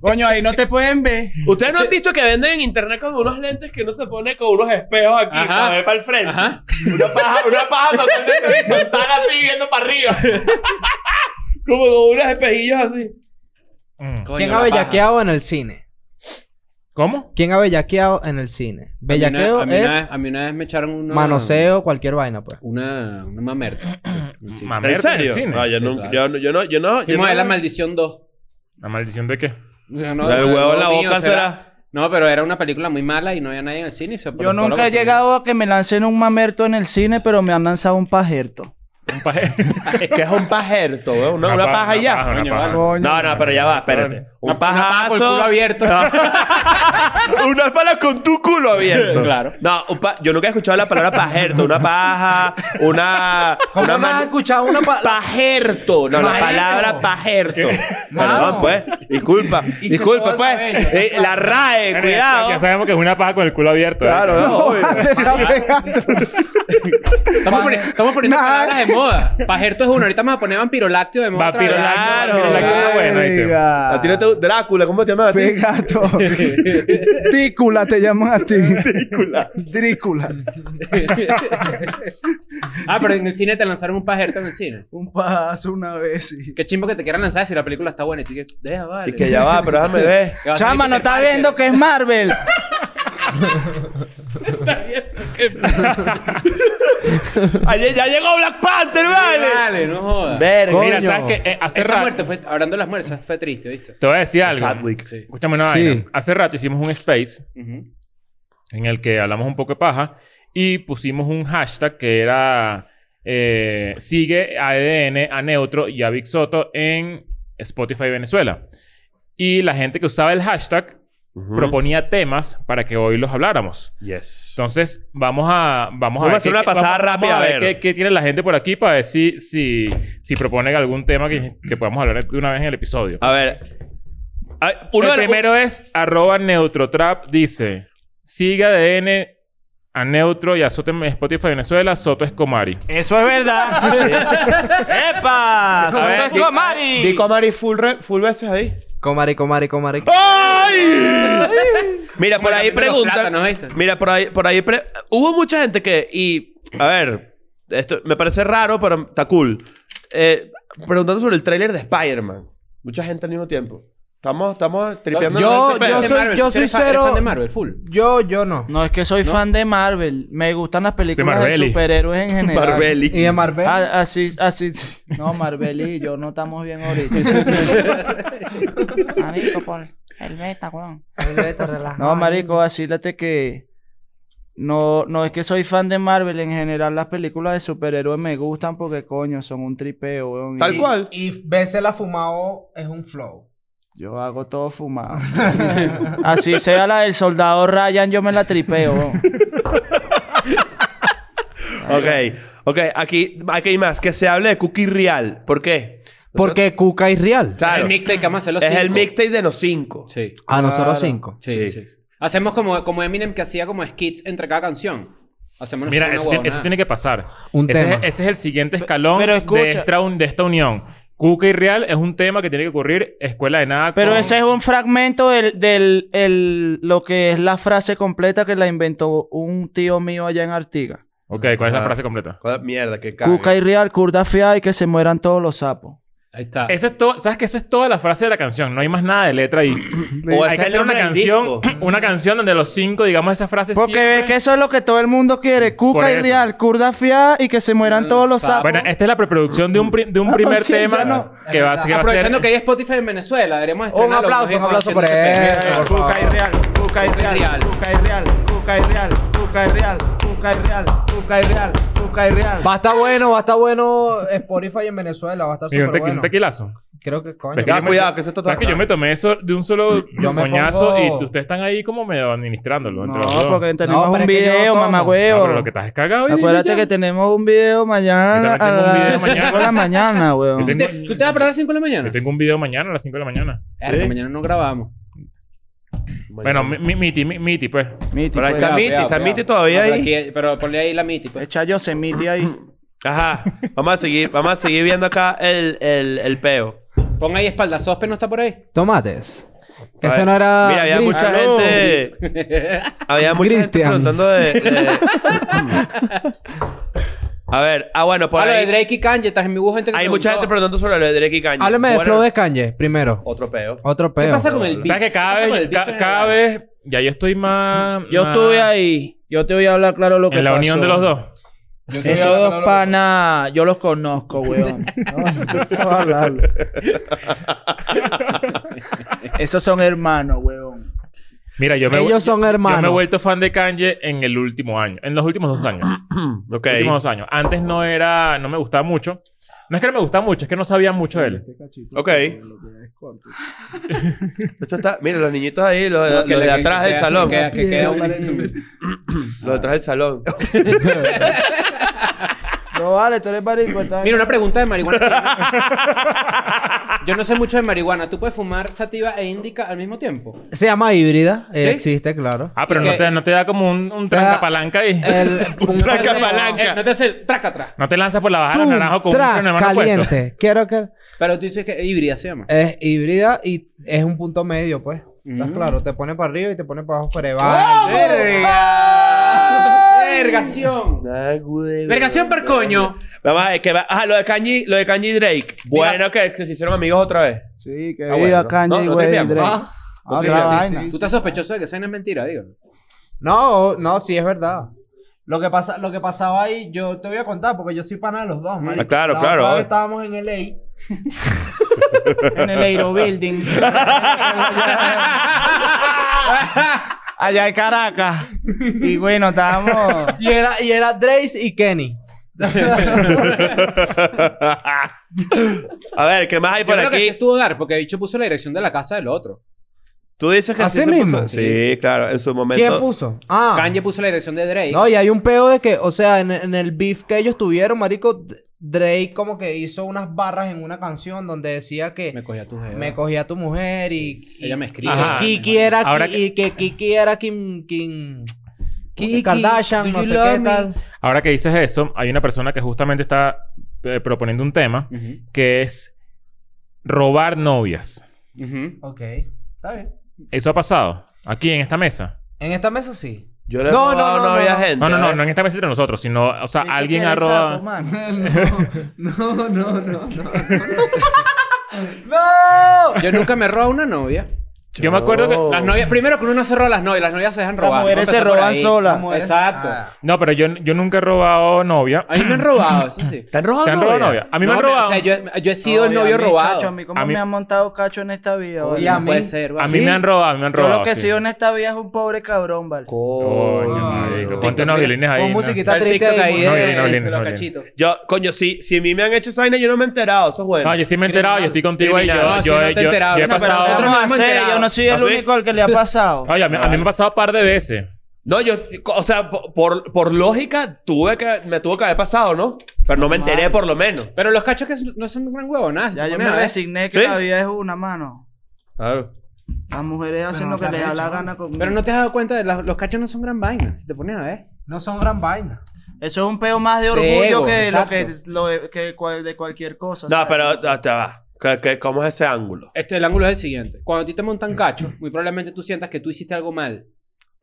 Speaker 6: Coño, ahí no te pueden ver.
Speaker 3: Ustedes no han visto que venden en internet con unos lentes que uno se pone con unos espejos aquí
Speaker 4: Ajá.
Speaker 3: para ver para el frente.
Speaker 4: Ajá.
Speaker 3: Una paja, una paja totalmente horizontal así viendo para arriba. Como con unos espejillos así.
Speaker 2: Mm.
Speaker 4: Coño,
Speaker 5: ¿Quién
Speaker 4: la
Speaker 5: ha
Speaker 4: paja.
Speaker 5: bellaqueado en el cine?
Speaker 2: ¿Cómo?
Speaker 5: ¿Quién ha bellaqueado en el cine?
Speaker 4: A mí una-
Speaker 5: Bellaqueo
Speaker 4: a mí una
Speaker 5: es
Speaker 4: vez- A mí una vez me echaron una.
Speaker 5: manoseo, cualquier vaina, pues.
Speaker 4: Una, una mamerta. Sí, sí.
Speaker 2: Mamerta en el cine.
Speaker 3: No, yo
Speaker 4: Sí,
Speaker 3: no,
Speaker 4: claro.
Speaker 3: yo no, yo no, yo no. yo
Speaker 4: Fuimos a
Speaker 3: no-
Speaker 4: ver la maldición 2.
Speaker 2: ¿La maldición de qué?
Speaker 4: O sea, no,
Speaker 3: El
Speaker 4: no,
Speaker 3: huevo en la
Speaker 4: no, mío,
Speaker 3: boca será.
Speaker 4: No, pero era una película muy mala y no había nadie en el cine. y se
Speaker 6: Yo
Speaker 4: aprovechó la
Speaker 6: nunca he
Speaker 4: oportunidad.
Speaker 6: llegado a que me lancen un mamerto en el cine, pero me han lanzado
Speaker 7: [LAUGHS]
Speaker 6: un pajerto.
Speaker 2: Un paje.
Speaker 3: Que es un pajerto, weón. [LAUGHS] Una, una paja y ya.
Speaker 2: Una paja, una
Speaker 4: Coño,
Speaker 2: paja.
Speaker 4: vale.
Speaker 3: No, no, pero ya va, espérate.
Speaker 4: Una,
Speaker 3: Un
Speaker 4: una paja con el culo
Speaker 3: pajazo.
Speaker 4: abierto.
Speaker 3: Una pala con tu culo abierto.
Speaker 4: Claro.
Speaker 3: No, un pa- yo nunca he escuchado la palabra pajerto. Una paja, una.
Speaker 5: ¿Cómo
Speaker 3: una
Speaker 5: no has
Speaker 3: man-
Speaker 5: escuchado una pa-
Speaker 2: [LAUGHS]
Speaker 5: la-
Speaker 3: Pajerto. No, la
Speaker 5: Marico.
Speaker 3: palabra pajerto. Perdón,
Speaker 5: Mano.
Speaker 3: pues. Disculpa.
Speaker 5: Y se
Speaker 3: Disculpa,
Speaker 5: soba el
Speaker 3: pues.
Speaker 5: cabello.
Speaker 3: Eh, la RAE,
Speaker 2: Bueno, ya- Ya
Speaker 3: cuidado.
Speaker 2: sabemos que es una paja con el culo abierto. ¿eh?
Speaker 3: Claro, no,
Speaker 7: Ah,
Speaker 3: obvio.
Speaker 6: [LAUGHS]
Speaker 4: Estamos, poni- estamos poniendo palabras de moda. Pajerto es uno. Ahorita vamos a poner vampirolácteo de moda. otra vez.
Speaker 2: Vampirolácteo.
Speaker 3: Claro.
Speaker 2: bueno, ahí te-
Speaker 7: Verga.
Speaker 3: A ti no te Drácula, ¿cómo te llamas? a ti?
Speaker 7: Pegato.
Speaker 2: [LAUGHS]
Speaker 7: Tícula te llaman a ti.
Speaker 3: Drácula.
Speaker 7: Trícula.
Speaker 4: Ah, pero en el cine te lanzaron un pajerto en el cine.
Speaker 7: Un pajazo una vez. y-
Speaker 4: Qué chimbo que te quieran lanzar si la película está buena. Y tú que, deja, vale.
Speaker 3: Y que ya va, pero déjame
Speaker 6: [LAUGHS]
Speaker 3: ver.
Speaker 4: Que va a salir
Speaker 6: Chama,
Speaker 4: Peter
Speaker 6: no estás
Speaker 4: Parker.
Speaker 6: viendo que es Marvel.
Speaker 3: Ayer ya llegó Black
Speaker 4: [LAUGHS]
Speaker 3: Panther,
Speaker 4: Vale,
Speaker 3: vale.
Speaker 4: no jodas.
Speaker 3: Verga.
Speaker 2: Mira,
Speaker 5: Coño.
Speaker 2: ¿sabes qué? Eh, hace
Speaker 4: Esa
Speaker 2: rato...
Speaker 4: muerte fue, hablando de las muertes, fue triste, ¿viste?
Speaker 2: Te voy a decir algo.
Speaker 3: Chadwick.
Speaker 4: Sí.
Speaker 2: Escúchame una
Speaker 5: Sí.
Speaker 2: vaina. Hace rato hicimos un space
Speaker 4: Ujú.
Speaker 2: en el que hablamos un poco de paja y pusimos un hashtag que era eh, sigue a EDN, a Neutro y a Big Soto en Spotify Venezuela. Y la gente que usaba el hashtag
Speaker 3: Ujú.
Speaker 2: proponía temas para que hoy los habláramos.
Speaker 3: Yes.
Speaker 2: Entonces, vamos a... Vamos,
Speaker 3: Vamos a hacer
Speaker 2: qué-
Speaker 3: una pasada
Speaker 2: vamos- vamos
Speaker 3: rápida,
Speaker 2: a
Speaker 3: a
Speaker 2: ver,
Speaker 3: ver.
Speaker 2: Qué, qué tiene la gente por aquí para ver si, si, si proponen algún tema que, que podamos hablar de una vez en el episodio.
Speaker 3: A ver. A ver, uno de
Speaker 2: el
Speaker 3: los-
Speaker 2: primero es arroba neutrotrap. Dice, sigue ADN a Neutro y a Soto en Spotify Venezuela. Soto es Comari.
Speaker 6: Eso es verdad. ¡Epa!
Speaker 3: A ver, di- Di Comari full, re- full veces ahí.
Speaker 5: Comari, comari, comari.
Speaker 3: ¡Ay! [LAUGHS] Mira, por
Speaker 4: el
Speaker 3: ahí
Speaker 4: capítulo de los plátanos,
Speaker 3: preguntan.
Speaker 4: ¿viste?
Speaker 3: Mira, por ahí, por ahí pre- hubo mucha gente que. Y. A ver. Esto me parece raro, pero está cool. Eh, preguntando sobre el tráiler de Spider-Man. Mucha gente al mismo tiempo. Estamos, estamos tripeando.
Speaker 5: Yo-
Speaker 3: este pedo.
Speaker 5: yo
Speaker 4: Eres
Speaker 3: [LAUGHS]
Speaker 5: soy-
Speaker 4: Marvel,
Speaker 5: yo
Speaker 4: tú
Speaker 5: soy
Speaker 4: eres fan- eres
Speaker 5: cero-
Speaker 4: fan de Marvel, [LAUGHS] full.
Speaker 5: Yo, yo no.
Speaker 6: [LAUGHS] No, es que soy fan de Marvel. Me gustan las películas de,
Speaker 2: Marveli.
Speaker 6: superhéroes en general.
Speaker 3: Marvelli.
Speaker 5: Y de Marvel.
Speaker 6: Ah, así, así. [LAUGHS] No, Marvel y yo no estamos bien [LAUGHS] ahorita.
Speaker 8: Marico, por el beta, weón.
Speaker 5: el beta, relaja.
Speaker 6: No, marico, vacílate que... No, no es que soy fan de Marvel. En general, las películas de superhéroes me gustan porque, coño, son un tripeo, weón.
Speaker 3: Tal
Speaker 6: Y
Speaker 3: cual.
Speaker 5: Y verse la fumado es un flow.
Speaker 6: Yo hago todo fumado. [LAUGHS] así sea la del soldado Ryan, yo me la tripeo, weón.
Speaker 3: Ok. Ok, aquí, aquí hay más. Que se hable de Cookie Real. ¿Por qué?
Speaker 5: Porque Cuca es real.
Speaker 3: Claro.
Speaker 4: El mixtape que vamos a hacer los
Speaker 3: es el
Speaker 4: cinco.
Speaker 3: mixtape de los cinco.
Speaker 4: Sí,
Speaker 5: A nosotros cinco.
Speaker 4: sí,
Speaker 3: Sí.
Speaker 4: sí. Hacemos como, como Eminem que hacía como skits entre cada canción. Hacemos
Speaker 2: Mira,
Speaker 4: una
Speaker 2: eso, tiene,
Speaker 4: huevonada.
Speaker 2: eso tiene que pasar.
Speaker 5: Un
Speaker 2: ese,
Speaker 5: tema.
Speaker 2: Es, ese es el siguiente escalón
Speaker 6: Pero escucha.
Speaker 2: de, esta, un- de esta unión. Cuca irreal es un tema que tiene que ocurrir escuela de nada.
Speaker 6: Pero
Speaker 2: con-
Speaker 6: ese es un fragmento del, del el- lo que es la frase completa que la inventó un tío mío allá en Artigas.
Speaker 2: Ok, ¿cuál es la
Speaker 3: Ah.
Speaker 2: frase completa?
Speaker 3: Joder, Mierda, que cague.
Speaker 6: Cuca y real, curda fea y que se mueran todos los sapos.
Speaker 4: Ahí está.
Speaker 2: Esa es todo, ¿Sabes que esa es toda la frase de la canción? No hay más nada de letra ahí.
Speaker 3: O
Speaker 2: hay
Speaker 3: ese
Speaker 2: que hacer
Speaker 3: es
Speaker 2: una
Speaker 3: el
Speaker 2: canción,
Speaker 3: disco.
Speaker 2: [CLEARS THROAT] una canción donde los cinco digamos esa
Speaker 7: Pues
Speaker 2: frase
Speaker 6: Porque
Speaker 2: siempre-
Speaker 6: ves que eso es lo que todo el mundo quiere.
Speaker 2: Por
Speaker 6: Cuca y
Speaker 2: eso.
Speaker 6: real, curda fea y que se mueran todos los sapos.
Speaker 2: Bueno, esta es la preproducción de un, pri- de un primer
Speaker 6: conciencia,
Speaker 2: tema
Speaker 6: no.
Speaker 2: que, va, que va a ser...
Speaker 4: Aprovechando que hay Spotify en Venezuela, deberíamos
Speaker 5: Un
Speaker 4: estrenarlo.
Speaker 5: aplauso, un aplauso por
Speaker 4: Haciendo
Speaker 5: eso, por favor.
Speaker 7: Cuca y real, cuca y real, cuca y real, cuca y real, cuca y real, cuca y real, cuca y real, cuca y real.
Speaker 5: Va a estar bueno, va a estar bueno Spotify en Venezuela, va a estar
Speaker 2: Mira, un,
Speaker 5: súper
Speaker 2: te- un
Speaker 5: bueno.
Speaker 2: tequilazo.
Speaker 5: Creo que coño.
Speaker 2: Ves
Speaker 3: Ya,
Speaker 2: yo me-
Speaker 3: cuidado, que eso está
Speaker 2: ¿Sabes que yo me tomé eso de un solo
Speaker 5: Yo me
Speaker 2: coñazo
Speaker 5: pongo-
Speaker 2: y ustedes están ahí como medio administrándolo entre los dos?
Speaker 6: no, porque tenemos
Speaker 5: No, pero
Speaker 6: un
Speaker 5: es que yo
Speaker 6: video,
Speaker 5: tomo.
Speaker 2: No,
Speaker 6: mamagüeo.
Speaker 2: pero lo que estás es cagado. y-
Speaker 6: Acuérdate
Speaker 2: ya.
Speaker 6: que tenemos un video mañana
Speaker 2: Yo
Speaker 6: a
Speaker 2: también tengo un video
Speaker 6: las 5 de
Speaker 2: mañana.
Speaker 6: la mañana,
Speaker 2: Yo
Speaker 6: weón.
Speaker 2: tengo-
Speaker 4: ¿Tú te vas a parar a las 5 de la
Speaker 2: Yo
Speaker 4: mañana?
Speaker 2: tengo un video mañana a las 5 de la mañana.
Speaker 4: Verga, Mañana no grabamos.
Speaker 2: Bueno, mi- mi- miti, mi- miti, pues.
Speaker 6: Mítico,
Speaker 3: Pero ahí está
Speaker 6: weón.
Speaker 3: Miti, está Miti todavía
Speaker 4: No, pero
Speaker 3: ahí.
Speaker 4: aquí- pero ponle ahí la miti. Pues.
Speaker 6: Echa Yosemite ahí.
Speaker 3: Ajá. Vamos a seguir, vamos a seguir viendo acá el, el, el peo.
Speaker 4: Pon ahí espalda. ¿Sospe no está por ahí?
Speaker 5: Tomates.
Speaker 3: A
Speaker 5: Ese
Speaker 3: ver,
Speaker 5: no era.
Speaker 3: Mira, había
Speaker 5: gris.
Speaker 3: mucha
Speaker 5: Aló.
Speaker 3: gente.
Speaker 4: [LAUGHS]
Speaker 3: Había mucha gente
Speaker 5: Christian.
Speaker 3: preguntando de.
Speaker 5: [LAUGHS]
Speaker 3: de- a ver, ah, bueno, por
Speaker 4: Ah, lo de
Speaker 3: ahí.
Speaker 4: Drake y Kanye. Tras en mi búho gente que
Speaker 3: hay mucha gente
Speaker 4: preguntó.
Speaker 3: preguntando sobre lo de Drake y Kanye.
Speaker 5: Hábleme de
Speaker 3: Bueno,
Speaker 5: Flow de Kanye primero.
Speaker 3: Otro
Speaker 5: [CLEARS THROAT]
Speaker 3: peo.
Speaker 5: Otro peo.
Speaker 4: ¿Qué pasa con el beat?
Speaker 2: ¿Sabes que cada vez, ca- cada vez, ya yo estoy más.
Speaker 6: [CLEARS THROAT] Yo
Speaker 2: más
Speaker 6: estuve ahí. Yo te voy a hablar claro lo que
Speaker 2: Ah. En la
Speaker 6: pasó.
Speaker 2: unión de los dos.
Speaker 6: Esos dos panas, yo los conozco, [LAUGHS] weón.
Speaker 2: [LAUGHS]
Speaker 6: Esos son hermanos, weón.
Speaker 2: Mira, yo me,
Speaker 5: Ellos son
Speaker 2: yo me he
Speaker 5: hermanos.
Speaker 2: vuelto fan de Kanye en el último año. En los últimos dos años.
Speaker 3: Ok.
Speaker 2: Los últimos dos años. Antes no era. No me gustaba mucho. No es que no me gustaba mucho, es que no sabía mucho de él.
Speaker 3: Ok. Esto está, mira, los niñitos ahí, los, los de atrás del salón.
Speaker 4: Que, que queda un...
Speaker 3: Los de atrás del [LAUGHS] salón.
Speaker 6: No vale, tú eres marico. estás-
Speaker 4: Mira, una pregunta de
Speaker 2: [LAUGHS]
Speaker 4: marihuana. que yo no- Yo no sé mucho de marihuana. ¿Tú puedes fumar sativa e indica al mismo tiempo?
Speaker 5: Se llama híbrida. eh,
Speaker 4: ¿Sí?
Speaker 5: Existe, claro.
Speaker 2: Ah, pero
Speaker 4: Y
Speaker 2: no
Speaker 4: que-
Speaker 2: te, no te da como un, un
Speaker 5: Te da-
Speaker 2: trancapalanca ahí.
Speaker 5: El,
Speaker 2: [LAUGHS]
Speaker 5: un
Speaker 3: Tranca
Speaker 5: freno-
Speaker 3: palanca.
Speaker 4: Eh, no te hace el traca atrás.
Speaker 2: No te lanzas por Ah, la baja del
Speaker 5: Tum,
Speaker 2: naranjo con
Speaker 5: tra,
Speaker 2: un freno de mano
Speaker 5: caliente.
Speaker 2: puesto.
Speaker 5: Quiero que
Speaker 4: Pero tú dices que híbrida se
Speaker 2: Eh.
Speaker 4: llama.
Speaker 5: es híbrida y es un punto medio, pues. ¿Estás
Speaker 4: Mm.
Speaker 5: claro? Te pone para arriba y te pone para abajo pero va.
Speaker 4: ¡Vergación! ¡Vergación
Speaker 3: Vergación
Speaker 4: per coño!
Speaker 3: Vamos a ver, que va. Ah, lo de Kanye, lo de Kanye y Drake. Bueno, que, que se hicieron amigos otra vez.
Speaker 6: Sí, que
Speaker 3: Ah,
Speaker 6: viva
Speaker 3: bueno.
Speaker 6: Kanye,
Speaker 3: No, no
Speaker 6: güey.
Speaker 3: tripeamos.
Speaker 6: Drake.
Speaker 5: Ah.
Speaker 6: Ah,
Speaker 3: Sí,
Speaker 6: otra
Speaker 3: sí,
Speaker 6: vaina.
Speaker 4: Tú estás sospechoso de que esa no es mentira, dígalo.
Speaker 5: No, no, sí es verdad. Lo que, pasa, lo que pasaba ahí, yo te voy a contar porque yo soy pana de los dos, marico.
Speaker 3: Ah, claro,
Speaker 5: La
Speaker 3: claro,
Speaker 5: otra vez
Speaker 3: obvio.
Speaker 5: estábamos en LA.
Speaker 8: En el Aero Building.
Speaker 6: Allá en Caracas. Y bueno, estábamos...
Speaker 5: [LAUGHS] Y era, y era Drace y Kenny.
Speaker 3: a ver, ¿qué más hay
Speaker 4: Yo
Speaker 3: por
Speaker 4: creo que sí
Speaker 3: aquí?
Speaker 4: estuvo dar, porque bicho puso la dirección de la casa del otro.
Speaker 3: Tú dices que
Speaker 5: ¿Así
Speaker 3: se
Speaker 5: mismo?
Speaker 3: puso- Sí, claro, en su momento.
Speaker 5: ¿Quién puso? Ah.
Speaker 4: Kanye puso la dirección de Drake.
Speaker 5: No, y hay un peo de que, o sea, en, en el beef que ellos tuvieron, marico, D- Drake como que hizo unas barras en una canción donde decía que
Speaker 4: Me
Speaker 5: me,
Speaker 4: cogí a tu jefe.
Speaker 5: cogía tu mujer y... y-
Speaker 4: Ella me escribe.
Speaker 2: Ajá.
Speaker 5: y Kiki era...
Speaker 2: Ahora
Speaker 5: Ki-
Speaker 2: que-
Speaker 5: Y Ah, que Kiki era Kim... Kim
Speaker 4: Kiki,
Speaker 5: Kardashian,
Speaker 4: do
Speaker 5: no
Speaker 4: you
Speaker 5: sé
Speaker 4: love
Speaker 5: qué
Speaker 4: me?
Speaker 5: tal.
Speaker 2: Ahora que dices eso, hay una persona que justamente está eh, proponiendo un tema
Speaker 4: Ujú,
Speaker 2: que es robar novias.
Speaker 4: ujú.
Speaker 5: Ok, está bien.
Speaker 2: ¿Eso ha pasado? Aquí en esta mesa.
Speaker 5: En esta
Speaker 4: [LAUGHS]
Speaker 5: mesa sí.
Speaker 3: Yo le he
Speaker 5: No,
Speaker 3: no, no,
Speaker 5: no, no,
Speaker 3: no, había
Speaker 5: no.
Speaker 3: gente.
Speaker 2: No, no, no,
Speaker 3: ¿eh?
Speaker 2: no en esta mesa entre nosotros, sino, o sea, alguien ha
Speaker 6: arroba...
Speaker 2: robado.
Speaker 5: No, no, no, no.
Speaker 4: Yo nunca me robo a una novia.
Speaker 2: Yo me acuerdo que. ah,
Speaker 4: Las novias, primero que uno no se roba a las novias, las novias se dejan robar.
Speaker 6: Las
Speaker 4: Vamos
Speaker 6: mujeres
Speaker 4: a
Speaker 6: se
Speaker 4: empezar por
Speaker 6: roban
Speaker 4: ahí.
Speaker 6: solas.
Speaker 4: Exacto.
Speaker 2: No, pero yo, yo nunca he robado novia.
Speaker 4: A mí me han robado, eso sí.
Speaker 3: ¿Te han robado
Speaker 2: ¿Te han robado
Speaker 3: novia?
Speaker 2: novia? A mí me
Speaker 4: No,
Speaker 2: han robado.
Speaker 4: O sea, yo, yo he sido el novio
Speaker 6: Oye, a mí,
Speaker 4: robado.
Speaker 6: chacho, a mí cómo
Speaker 2: A mí-
Speaker 6: me han montado cacho en esta vida,
Speaker 5: Oye,
Speaker 6: vale.
Speaker 5: y a
Speaker 4: no puede
Speaker 5: mí-
Speaker 4: ser,
Speaker 2: A
Speaker 4: vale.
Speaker 2: mí
Speaker 6: Sí.
Speaker 2: me han robado, me han
Speaker 6: Yo
Speaker 2: robado.
Speaker 6: lo que he
Speaker 2: sí.
Speaker 6: sido en esta vida es un pobre cabrón, ¿vale?
Speaker 2: Coño,
Speaker 5: Ah.
Speaker 2: marico.
Speaker 3: Ah.
Speaker 2: Ponte unos violines ahí.
Speaker 5: Con
Speaker 2: no
Speaker 5: musiquita
Speaker 2: sé.
Speaker 4: El TikTok ahí eh,
Speaker 5: No,
Speaker 4: de-
Speaker 2: violín, no,
Speaker 4: de-
Speaker 2: violín,
Speaker 4: de los
Speaker 2: no,
Speaker 4: cachitos.
Speaker 3: Yo, coño, si, si a mí me han hecho esa vaina, yo no me he enterado. Eso es bueno.
Speaker 2: No, Ah, yo sí me he enterado, yo estoy contigo ahí. Yo,
Speaker 4: Criminal. No, sí,
Speaker 2: yo,
Speaker 4: no te
Speaker 2: yo-
Speaker 4: he enterado.
Speaker 2: yo he
Speaker 4: No, pero
Speaker 2: pasado.
Speaker 4: nosotros
Speaker 6: Vamos a
Speaker 4: hemos
Speaker 6: hacer,
Speaker 4: enterado.
Speaker 6: yo no soy el
Speaker 3: ¿Ah, sí?
Speaker 6: único al que le ha pasado.
Speaker 2: Oye, a mí, a mí me ha pasado un par de veces.
Speaker 3: No, yo, o sea, po- por, por lógica, tuve que, me tuvo que haber pasado, ¿no? Pero no me enteré, por lo menos.
Speaker 4: Pero los cachos que no son gran huevo, nada.
Speaker 6: ya yo me resigné que
Speaker 3: ¿Sí?
Speaker 6: la vida es una mano.
Speaker 3: Claro.
Speaker 6: Las mujeres hacen
Speaker 5: no
Speaker 6: lo que
Speaker 5: te
Speaker 6: les da
Speaker 5: arrecho,
Speaker 6: la
Speaker 5: ¿no?
Speaker 6: gana conmigo.
Speaker 4: Pero no te has dado cuenta de los, los cachos no son gran vaina, si te pones a ver.
Speaker 5: No son gran vaina.
Speaker 6: Eso es un peo más de orgullo
Speaker 5: ego,
Speaker 6: que, lo
Speaker 5: exacto.
Speaker 6: que, es- lo de- que cual- de cualquier cosa.
Speaker 3: No,
Speaker 6: ¿sabes?
Speaker 3: pero no, te va. ¿Qué- qué- ¿Cómo es ese ángulo?
Speaker 4: Este, el ángulo es el siguiente. Cuando a ti te montan cacho, muy probablemente tú sientas que tú hiciste algo mal.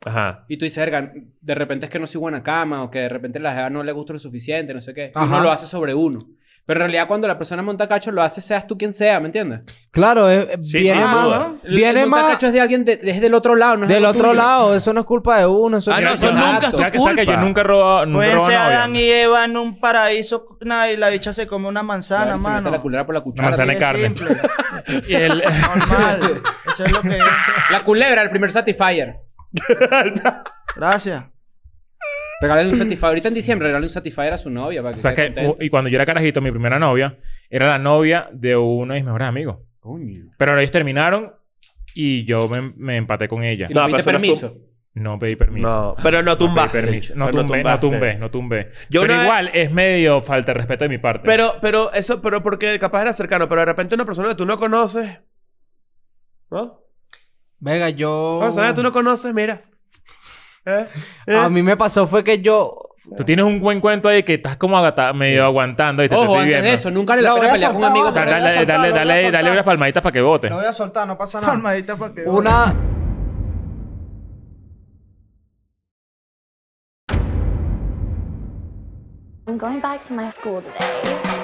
Speaker 3: Ajá.
Speaker 4: Y tú dices, verga, de repente es que no soy buena cama o que de repente la jeva no le gusta lo suficiente, no sé qué. Y
Speaker 5: Ajá.
Speaker 4: uno lo hace sobre uno. Pero en realidad cuando la persona monta cacho, lo hace seas tú quien sea, ¿me entiendes?
Speaker 5: Claro, eh, es-
Speaker 3: Sí,
Speaker 5: viene
Speaker 3: sin duda.
Speaker 5: más.
Speaker 4: El-
Speaker 5: Viene
Speaker 4: el monta
Speaker 5: más
Speaker 4: cacho es de alguien de- es del otro lado, no es
Speaker 5: del
Speaker 4: algo
Speaker 5: otro
Speaker 4: tuyo.
Speaker 5: lado. Eso no es culpa de uno. Eso
Speaker 3: Ah,
Speaker 5: no
Speaker 3: no,
Speaker 5: es
Speaker 3: eso
Speaker 5: culpa de-
Speaker 3: nunca es tu
Speaker 2: Ya que sabes que
Speaker 3: culpa.
Speaker 2: yo nunca he robado, nunca he
Speaker 6: Pueden
Speaker 3: Pues
Speaker 2: robado
Speaker 6: ser
Speaker 2: novia.
Speaker 6: Adán y Eva en un paraíso nada, y la bicha se come una manzana,
Speaker 4: Claro, se mete
Speaker 6: mano.
Speaker 4: la culera por la
Speaker 2: Una
Speaker 4: cuchara.
Speaker 2: manzana de
Speaker 6: Así de
Speaker 2: carne.
Speaker 6: simple.
Speaker 2: Y [LAUGHS]
Speaker 3: [LAUGHS]
Speaker 2: el-
Speaker 6: Normal. Eso es lo que es.
Speaker 4: La culebra, el primer Satisfyer.
Speaker 6: Gracias.
Speaker 4: Regálale
Speaker 5: [CLEARS THROAT]
Speaker 4: un Satisfyer. Ahorita en diciembre, regálale un Satisfyer a su novia para que
Speaker 2: o sea,
Speaker 4: esté
Speaker 2: que,
Speaker 4: contenta.
Speaker 2: y cuando yo era carajito, mi primera novia era la novia de uno de mis mejores amigos. Pero ellos terminaron y yo me, me empaté con ella.
Speaker 4: Y le
Speaker 3: No,
Speaker 4: pediste
Speaker 3: pero eso no es
Speaker 4: permiso.
Speaker 2: No pedí permiso.
Speaker 3: No, pero no
Speaker 2: No, pedí
Speaker 3: tumbaste.
Speaker 2: permiso. no
Speaker 3: Pero
Speaker 2: tumbé, no
Speaker 3: tumbaste.
Speaker 2: tumbé, no tumbé.
Speaker 3: Yo
Speaker 2: pero
Speaker 3: una vez-
Speaker 2: igual es medio falta de respeto de mi parte.
Speaker 3: Pero, pero, eso, pero porque capaz era cercano, pero de repente una persona que tú no conoces. ¿No?
Speaker 5: Venga, yo.
Speaker 3: Una persona que tú no conoces, mira. ¿Eh? ¿Eh?
Speaker 5: A mí me pasó fue que yo.
Speaker 2: Tú tienes un buen cuento ahí que estás como agata- medio aguantando y te, te
Speaker 4: Ojo,
Speaker 2: estoy
Speaker 4: antes de
Speaker 2: viendo.
Speaker 4: eso, nunca le la
Speaker 5: La
Speaker 4: pena
Speaker 5: voy a
Speaker 4: pelear con
Speaker 5: soltar,
Speaker 2: O
Speaker 4: amigos.
Speaker 2: sea,
Speaker 5: Lo voy a
Speaker 2: dale, dale,
Speaker 5: soltar,
Speaker 2: dale,
Speaker 5: lo voy a
Speaker 2: dale, dale
Speaker 5: soltar.
Speaker 2: unas palmaditas para que vote.
Speaker 5: Lo voy a soltar, no pasa nada.
Speaker 6: Palmadita para que.
Speaker 5: Una.
Speaker 1: I'm going back to my school today.